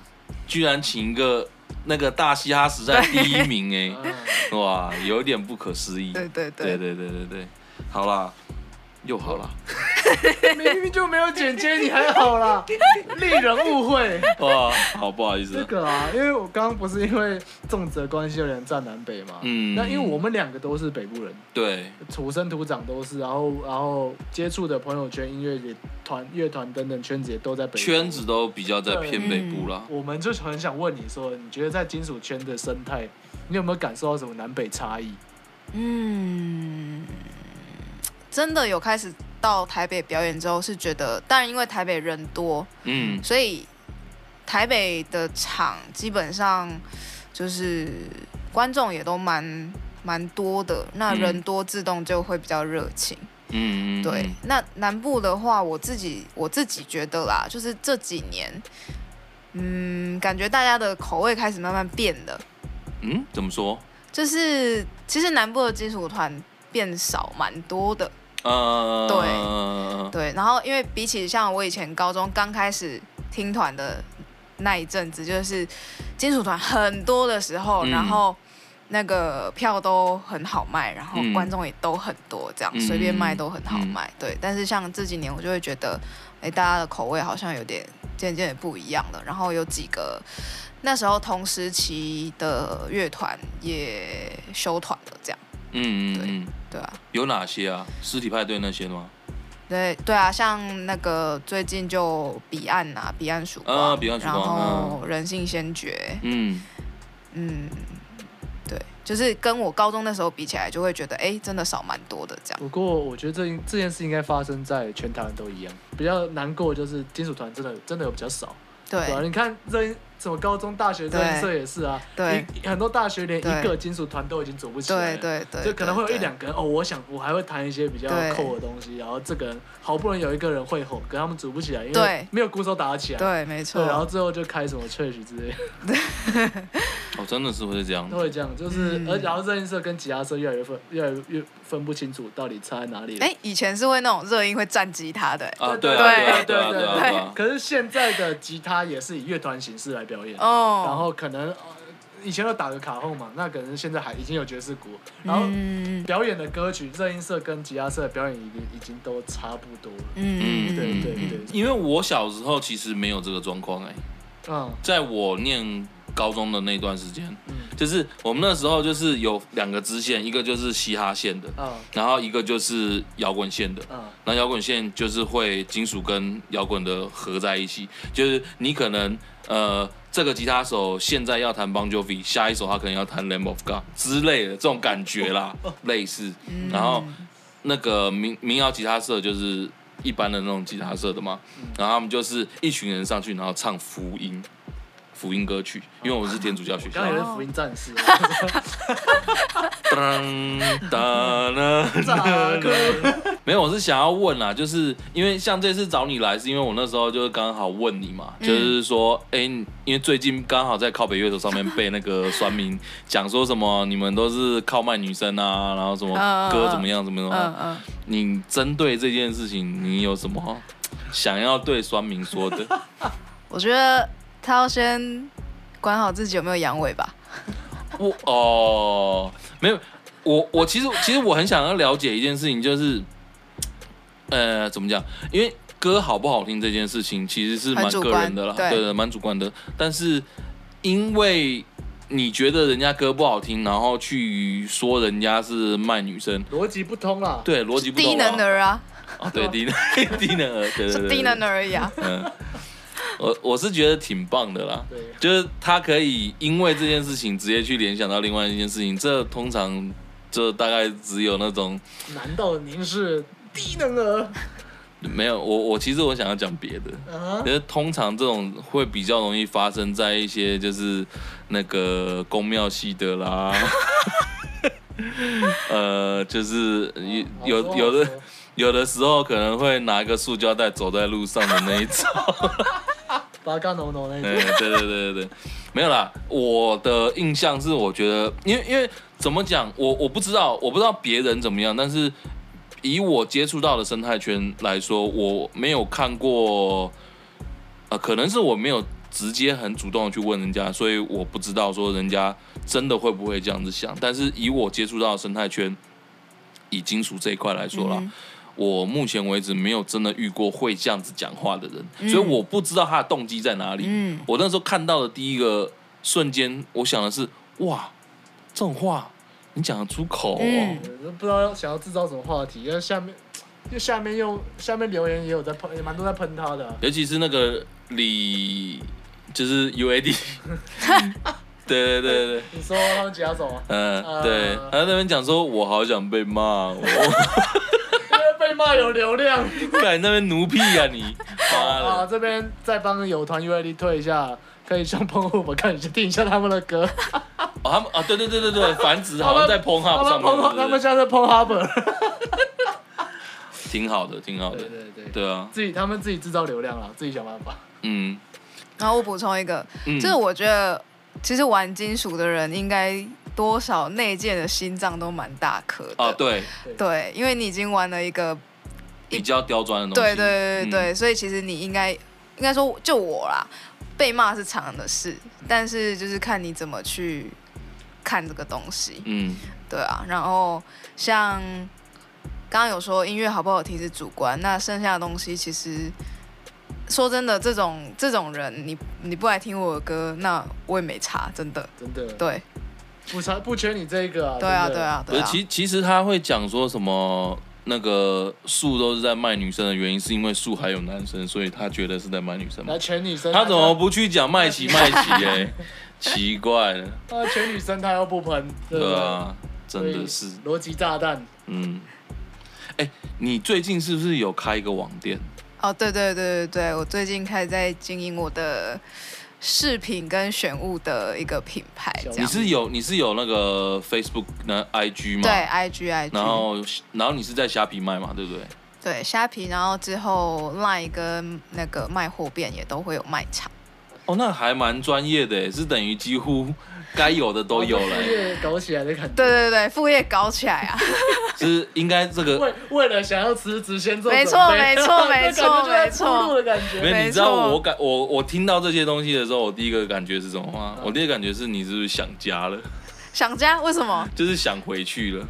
S1: 居然请一个那个大嘻哈时代第一 名
S2: 嗯
S1: 哎，哇，有点不可思议。
S3: 对对
S1: 对
S3: 对
S1: 对对对对，好啦，又好 啦，
S2: 明明就没有剪接，你还好啦，令人误会。
S1: 哇，好不好意思
S2: 这
S1: 啊，
S2: 个啊，因为我刚刚不是因为重责关系有点站南北嘛，
S1: 嗯
S2: 那因为我们两个都是北部人，
S1: 对，
S2: 土生土长都是，然后然后接触的朋友圈、音乐也团乐团等等圈子也都在北部
S1: 圈子。都比较在偏北部啦。
S2: 我们就很想问你说，你觉得在金属圈的生态，你有没有感受到什么南北差异？
S3: 嗯，真的有开始到台北表演之后，是觉得，当然因为台北人多，
S1: 嗯
S3: 所以台北的场基本上就是观众也都蛮蛮多的，那
S1: 嗯
S3: 人多自动就会比较热情。
S1: 嗯嗯，
S3: 对
S1: 嗯，
S3: 那南部的话，我自己我自己觉得啦，就是这几年。嗯，感觉大家的口味开始慢慢变了，
S1: 嗯，怎么说？
S3: 就是其实南部的金属团变少蛮多的，
S1: 呃，
S3: 对对。然后因为比起像我以前高中刚开始听团的那一阵子，就是金属团很多的时候，
S1: 嗯
S3: 然后那个票都很好卖，然后
S1: 嗯
S3: 观众也都很多，这样、
S1: 嗯
S3: 随便卖都很好卖，对。但是像这几年，我就会觉得，哎，大家的口味好像有点渐渐的不一样了。然后有几个那时候同时期的乐团也休团了，这样，
S1: 嗯嗯
S3: 对
S1: 嗯，
S3: 对啊。
S1: 有哪些啊？尸体派对那些吗？
S3: 对对啊，像那个最近就彼岸呐、彼岸曙光，
S1: 啊彼岸曙光
S3: 然后人性先觉，
S1: 嗯，
S3: 嗯，对，就是跟我高中那时候比起来，就会觉得哎，真的少蛮多的这样。
S2: 不过我觉得这这件事应该发生在全台湾都一样。比较难过的就是金属团真的真的有比较少，对啊，
S3: 对
S2: 你看热音什么高中、大学热音社也是啊，
S3: 对
S2: 一很多大学连
S3: 对
S2: 一个金属团都已经组不起来
S3: 对
S2: 了。
S3: 对对，
S2: 啊就可能会有一
S3: 对
S2: 两个人哦，我想我还会弹一些比较
S3: 对
S2: 扣的东西，然后这个人好不容易有一个人会吼，可他们组不起来，因为
S3: 对
S2: 没有鼓手打得起来，
S3: 对，没
S2: 对，然后
S3: 错，
S2: 最后就开什么 church 之类的，
S1: 哦，真的是会这样
S2: 都。会这样，就是
S3: 嗯
S2: 而然后热音社跟吉他社越来越分越来越分不清楚到底差在哪里了。
S3: 哎，以前是会那种热音会站吉他的，
S1: 啊，
S2: 对
S1: 对啊，对啊，
S3: 对
S1: 对啊，对啊，对啊。
S2: 可是现在的吉他也是以乐团形式来表演，然
S3: 哦，
S2: 后可能、呃以前都打个卡后嘛，那可能现在还已经有爵士鼓，然后
S3: 嗯
S2: 表演的歌曲，热音社跟吉他社的表演已经已经都差不多了。对
S3: 嗯，
S2: 对
S1: 嗯
S2: 对
S1: 因为我小时候其实没有这个状况哎，
S2: 嗯
S1: 在我念高中的那段时间，
S2: 嗯
S1: 就是我们那时候就是有两个支线，一个就是嘻哈线的，
S2: 嗯
S1: 然后一个就是摇滚线的。
S2: 嗯
S1: 那摇滚线就是会金属跟摇滚的合在一起，就是你可能呃，这个吉他手现在要弹 Bon Jovi，下一首他可能要弹 Lamb of God 之类的这种感觉啦，
S2: 哦
S1: 类似。然后那个民民谣吉他社就是一般的那种吉他社的嘛，
S2: 嗯
S1: 然后他们就是一群人上去，然后唱福音。福音歌曲，因为我是天主教学校
S2: 刚，才是福音战 士，我
S1: 当当啦
S2: 操大啊哥
S1: 没有，我是想要问啦，就是因为像这次找你来，是因为我那时候就是刚好问你嘛，
S3: 嗯
S1: 就是说，哎、你因为最近刚好在靠北乐手上面被那个酸民讲说什么，你们都是靠卖女生啊，然后什么
S3: 嗯嗯
S1: 歌
S3: 嗯
S1: 怎么样怎么样，
S3: 嗯嗯，
S1: 你针对这件事情，你有什么想要对酸民说的？
S3: 我觉得他要先管好自己有没有阳痿吧。
S1: 我哦，没有，我我其实其实我很想要了解一件事情，就是，呃，怎么讲？因为歌好不好听这件事情其实是蛮
S3: 很主
S1: 个
S3: 观
S1: 人的啦，
S3: 对
S1: 对的，蛮主观的。但是因为你觉得人家歌不好听，然后去说人家是卖女生，
S2: 逻辑不通啦。
S1: 对逻辑不
S3: 低
S1: 通
S3: 能
S1: 啊。
S3: 儿啊，
S1: 啊，对低能 低能儿，对对
S3: 是
S1: 对，
S3: 低能儿而已啊。
S1: 嗯，我我是觉得挺棒的啦，
S2: 对，
S1: 就是他可以因为这件事情直接去联想到另外一件事情，这通常这大概只有那种
S2: 难道您是低能儿？
S1: 没有我我其实我想要讲别的，
S2: 啊
S1: 因，为通常这种会比较容易发生在一些就是那个宫庙系的啦， 呃，就是有
S2: 哦
S1: 有有的。有的时候可能会拿一个塑胶袋走在路上的那一种。
S2: 八嘎浓浓那
S1: 嗯，
S2: 种，
S1: 对对对对对，没有啦。我的印象是，我觉得，因为因为怎么讲，我我不知道，我不知道别人怎么样，但是以我接触到的生态圈来说，我没有看过，呃，可能是我没有直接很主动的去问人家，所以我不知道说人家真的会不会这样子想。但是以我接触到的生态圈，以金属这一块来说啦。
S3: 嗯
S1: 我目前为止没有真的遇过会这样子讲话的人，所以我不知道他的动机在哪里。
S3: 嗯
S1: 我那时候看到的第一个瞬间，我想的是，哇，这种话你讲得出口哦？
S3: 嗯
S2: 都不知道想要制造什么话题，因为下面。就下面用下面留言也有在喷，也蛮多在喷他的啊、
S1: 尤其是那个李，就是 UAD，对对对对。，
S2: 你说他们吉他手啊
S1: 嗯，对，
S2: 呃
S1: 他在那边讲说，我好想被骂哦，
S2: 因为被骂有流量。
S1: 我敢那边奴屁啊你，妈
S2: 啊，
S1: 的，
S2: 这边再帮友团 UID 推一下，可以向澎湖我们看一下听一下他们的歌。
S1: 哦他们啊，对对对对对，繁殖好像在 p o n h
S2: 他
S1: u
S2: 们
S1: 上
S2: 澎湖，
S1: 面，
S2: 他
S1: 对
S2: 们
S1: 对对
S2: 现在在 p o n h u b
S1: 挺好的，挺好的
S2: 对，对对，
S1: 对啊，
S2: 自己他们自己制造流量了，自己想办法。
S1: 嗯
S3: 然后我补充一个，
S1: 嗯，
S3: 就是我觉得其实玩金属的人应该多少内建的心脏都蛮大颗的。
S1: 啊，对，
S3: 对，因为你已经玩了一个，
S1: 比较刁钻的东西，
S3: 对对对对对，
S1: 嗯
S3: 所以其实你应该应该说就我啦，被骂是常的事，但是就是看你怎么去看这个东西。
S1: 嗯
S3: 对啊，然后像刚刚有说音乐好不好听是主观，那剩下的东西其实说真的，这种这种人，你你不来听我的歌，那我也没差，真的。
S2: 真的，
S3: 对，
S2: 不差不缺你这个啊。
S3: 对啊，
S2: 真的
S3: 对。啊，
S1: 不
S3: 对
S1: 是，
S3: 啊。
S1: 其其实他会讲说什么那个树都是在卖女生的原因，是因为树还有男生，所以他觉得是在卖女生嘛
S3: 哎
S2: 来。全女生，
S3: 啊
S1: 他怎么不去讲卖旗卖旗 嘞？奇怪了，
S2: 他全女生他又不喷，对不
S1: 对
S2: 对？
S1: 啊，真的是，
S2: 所以逻辑炸弹。
S1: 嗯。哎，你最近是不是有开一个网店？
S3: 哦，对对对对对，啊我最近开始在经营我的饰品跟选物的一个品牌，
S2: 小
S3: 这
S1: 你
S3: 样。
S1: 是有你是有那个 Facebook 那 IG 吗？
S3: 对。，IG IG。
S1: 然后然后你是在虾皮卖嘛，对不对？
S3: 对虾皮，然后之后 Line 跟那个卖货店也都会有卖场。
S1: 哦，那还蛮专业的耶，是等于几乎该有的都有
S3: 哦
S1: 了
S2: 副
S1: 耶，
S2: 业搞起来的感觉。
S3: 对对对，副业搞起来啊！
S1: 是应该这个
S2: 为为了想要辞职先做准备，
S3: 没错没错没错
S2: 这 感觉就在铺路的感觉。
S3: 没错
S1: 没有，
S3: 没
S1: 你知道
S3: 错
S1: 我感我我听到这些东西的时候，我第一个感觉是什么吗？我第一个感觉是你是不是想家了，
S3: 想家为什么？
S1: 就是想回去了，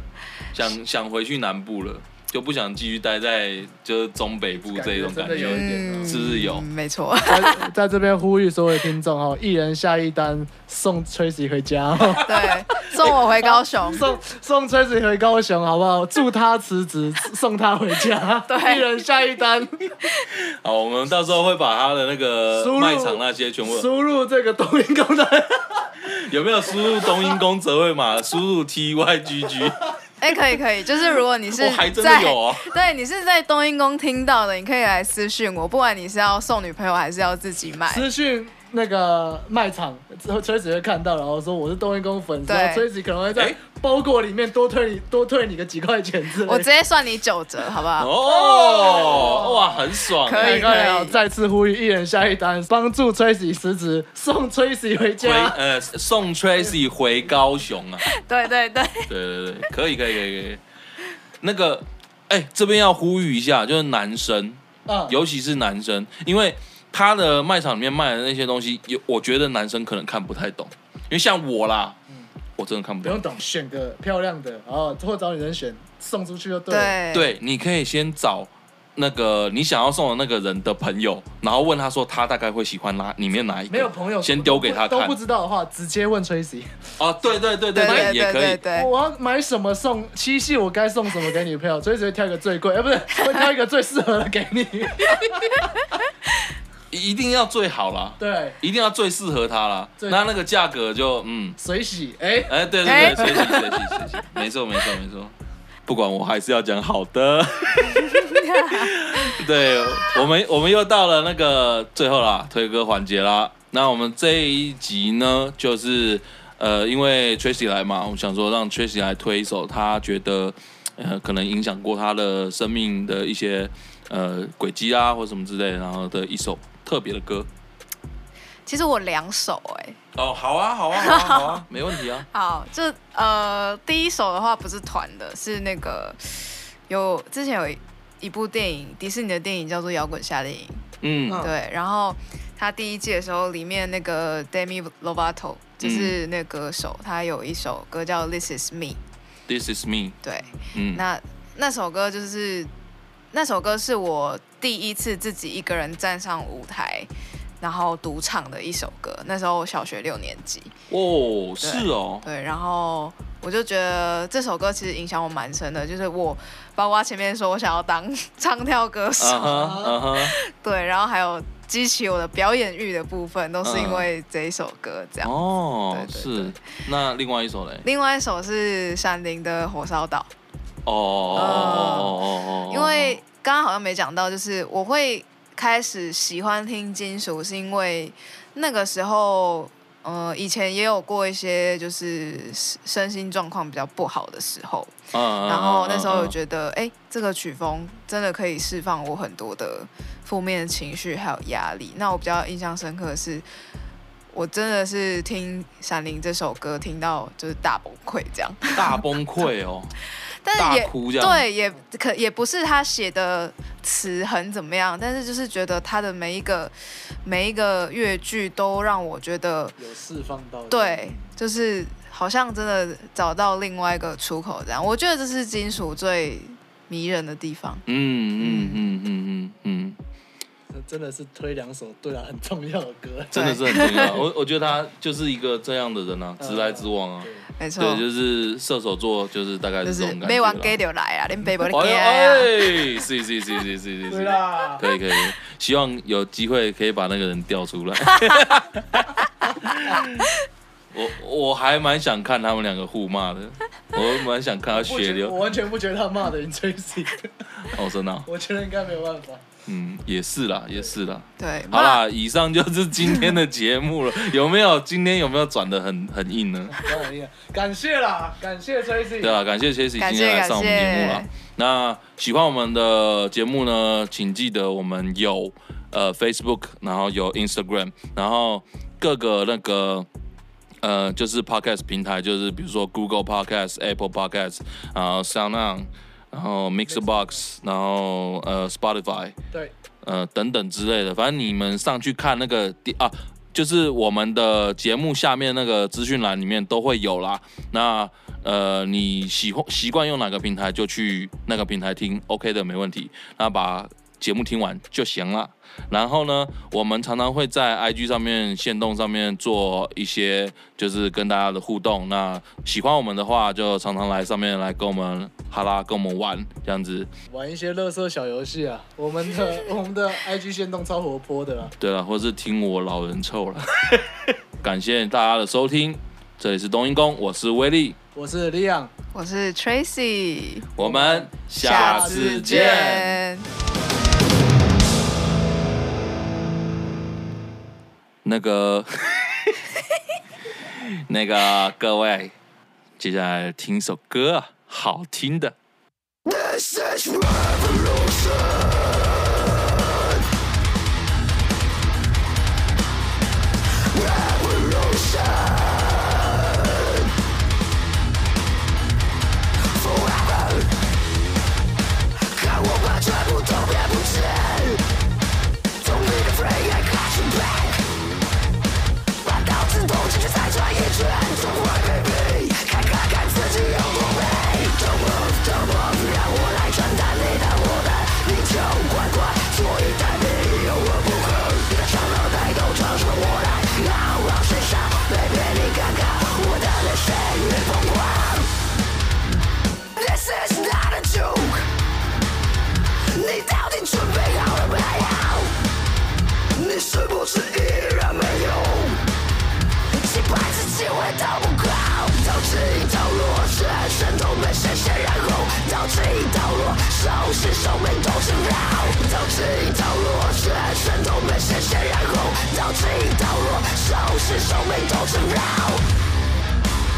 S1: 想想回去南部了，就不想继续待在就是中北部这种感
S2: 感觉真的有
S1: 觉
S2: 一。点啊
S1: 是不是有
S3: 嗯没错，
S2: 在在这边呼吁所有听众哦，一人下一单送 Tracy 回家、哦，
S3: 对，送我回高雄。
S2: 送送 Tracy 回高雄好不好？祝他辞职，送他回家，
S3: 对
S2: 一人下一单，
S1: 好，我们到时候会把他的那
S2: 输
S1: 个
S2: 入
S1: 卖场那些全部
S2: 输入这个抖音功能，
S3: 哎
S1: 有没有输入东英宫折惠码，输入 T Y G G，
S3: 哎、可以可以，就是如果你是
S1: 我还真
S3: 在
S1: 的有哦。
S3: 对你是在冬阴功听到的，你可以来私讯我，不管你是要送女朋友还是要自己买。
S2: 私讯那个卖场之后，Tracy 会看到，然后说我是东英宫粉丝
S3: 对
S2: 然后，Tracy 可能会在
S1: 哎
S2: 包裹里面多退你多退你个几块钱之类的。
S3: 我直接算你九折，好不好？
S1: 哦，哇，很爽
S3: 可
S1: 哎！
S3: 以
S2: 哎各位好
S3: 可以
S2: 再次呼吁一人下一单，帮助 Tracy 辞职，送 Tracy 回
S1: 回
S2: 家。
S1: 呃送 Tracy 回高雄啊。
S3: 对对对，
S1: 对对对，可以可以可以可以。那个，哎、这边要呼吁一下，就是男生，
S2: 嗯，
S1: 尤其是男生，因为他的卖场里面卖的那些东西，有我觉得男生可能看不太懂，因为像我啦，我真的看不
S2: 嗯不
S1: 懂
S2: 用。懂，选啊个漂亮的，然后或找女人选送出去就对了。
S3: 对，
S1: 对，你可以先找那个你想要送的那个人的朋友，然后问他说他大概会喜欢哪里面哪一个？
S2: 没有朋友
S1: 先丢给他
S2: 都
S1: 看
S2: 不知道的话，直接问 Tracy，
S1: 哦，对对对
S3: 对
S1: 对，
S3: 对
S1: 也
S3: 对
S1: 可以
S3: 对。对，
S2: 我要买什么送七夕，我该送什么给女朋友？Tracy 会挑一个最贵，哎、不是，会挑一个最适合的给 你。
S1: 一定要最好啦，
S2: 对，
S1: 一定要最适合他啦。
S2: 最
S1: 那那个价格就嗯，
S2: 水洗，哎、
S1: 哎，对对对，
S3: 哎
S1: 学习学习学习，没错没错没错。不管我还是要讲好的。 对我们我们又到了那个最后啦，推歌环节啦。那我们这一集呢，就是呃，因为 Tracy 来嘛，我们想说让 Tracy 来推一首他觉得呃可能影响过他的生命的一些呃轨迹啊，或什么之类，然后的一首特别的歌。
S3: 其实我两首哎、
S1: 哦，好啊，好啊，好啊，好啊， 没问题啊。
S3: 好，就呃第一首的话不是团的，是那个有之前有一一部电影，迪士尼的电影叫做《摇滚夏令营》，
S1: 嗯，
S2: 嗯
S3: 对，然后他第一季的时候，里面那个 Demi Lovato 就是那歌手，他有一首歌叫《This Is Me》，
S1: This is me。
S3: 对，
S1: 嗯，
S3: 那那首歌就是那首歌是我第一次自己一个人站上舞台，然后独唱的一首歌。那时候我小学六年级，
S1: 哦，是哦，
S3: 对，然后我就觉得这首歌其实影响我蛮深的，就是我包括前面说我想要当 唱跳歌手，
S1: 啊哈，啊哈，
S3: 对，然后还有激起我的表演欲的部分，都是因
S1: 嗯
S3: 为这一首歌这样。
S1: 哦，
S3: 对对
S1: 是。那另外一首嘞？
S3: 另外一首是闪灵的《火烧岛》。
S1: 哦哦哦哦哦哦，
S3: 因为刚刚好像没讲到，就是我会开始喜欢听金属，是因为那个时候，呃，以前也有过一些就是身心状况比较不好的时候，
S1: 嗯，
S3: 然后那时候
S1: 我
S3: 我觉得，哎、这个曲风真的可以释放我很多的负面的情绪还有压力。那我比较印象深刻的是。我真的是听《闪灵》这首歌，听到就是大崩溃这样，
S1: 得大崩溃哦，
S3: 但
S1: 大
S3: 也
S1: 哭这样。，
S3: 对，也可也不是他写的词很怎么样，但是就是觉得他的每一个每一个乐句都让我觉得，
S2: 有释放到。
S3: 对，就是好像真的找到另外一个出口这样。我觉得这是金属最迷人的地方。
S1: 嗯嗯嗯嗯嗯嗯，
S2: 这真的是推两首对啊很重要的歌。
S1: 真的是很重要。我我觉得他就是一个这样的人啊，直来直往啊
S2: 对。
S3: 没错，
S1: 对，就是射手座，就是大概
S3: 就是
S1: 这
S3: 是
S1: 种感
S3: 没
S1: 觉啦。
S3: 玩 gay 流来啊，连背包的
S1: 哎
S3: gay
S1: 呦
S3: 啊，
S1: 哎，是是是是是是
S2: 对
S1: 是。
S2: 啦，
S1: 可以可以，希望有机会可以把那个人调出来。 我我还蛮想看他们两个互骂的，我蛮想看他
S2: 不觉
S1: 血流
S2: 我。完全不觉得他骂的赢 Tracy，
S1: 哦，真的哦、
S2: 我觉得应该没有办法。
S1: 嗯，也是啦，也是啦。
S3: 对，
S1: 好
S3: 啦，
S1: 啦，以上就是今天的节目了。有没有今天有没有转的很很硬呢？
S2: 当然厉害，感谢啦，感谢 Tracy。
S1: 对啊，感谢 Chase 今
S3: 感谢
S1: 天来上我们节目
S3: 感
S1: 啦
S3: 谢。
S1: 那喜欢我们的节目呢，请记得我们有呃 Facebook，然后有 Instagram，然后各个那个。呃，就是 podcast 平台，就是比如说 Google Podcast、Apple Podcast，然后 SoundOn，然后 Mixbox，然后呃 Spotify，
S2: 对，
S1: 呃等等之类的，反正你们上去看那个第啊，就是我们的节目下面那个资讯栏里面都会有啦。那呃，你喜欢习惯用哪个平台就去那个平台听，OK 的，没问题。那把节目听完就行了。然后呢，我们常常会在 IG 上面、线动上面做一些，就是跟大家的互动。那喜欢我们的话，就常常来上面来跟我们哈拉，跟我们玩这样子。
S2: 玩一些乐色小游戏啊，我们的我们的 IG 线动超活泼的啊啦，
S1: 对了，或是听我老人臭了。 感谢大家的收听，这里是冬阴功，我是威力，
S2: 我是 Leon。
S3: 我是 Tracy，
S1: 我们下次见。。那个， 那个各位，接下来听首歌啊，好听的。
S4: Don't move, don't move，让我来传达你的我的，你就是生命中信号，导致一道落血，渗透被鲜血染红，导致一道落手是生命中信号。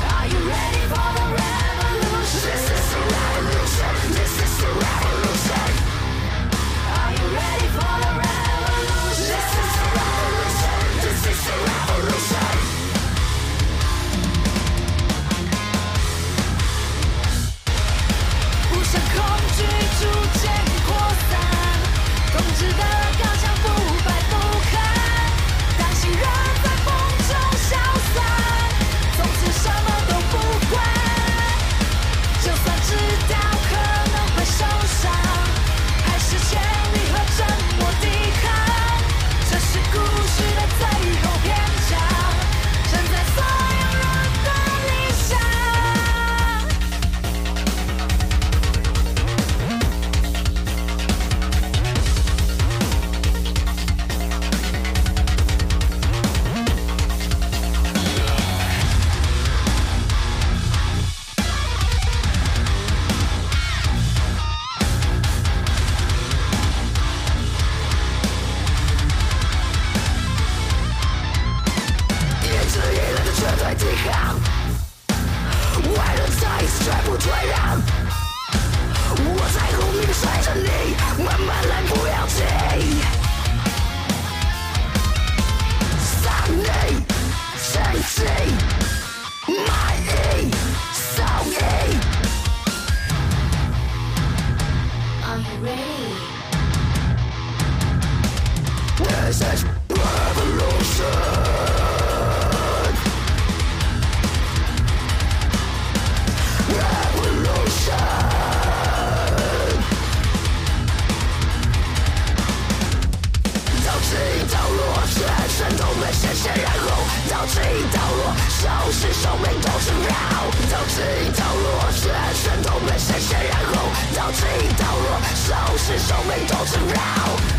S4: Are you ready for the revolution? This is the revolution. This is the revolution. Are you ready for the revolution? This is the revolution. This is the revolution.
S5: Are you ready?
S4: This is only those around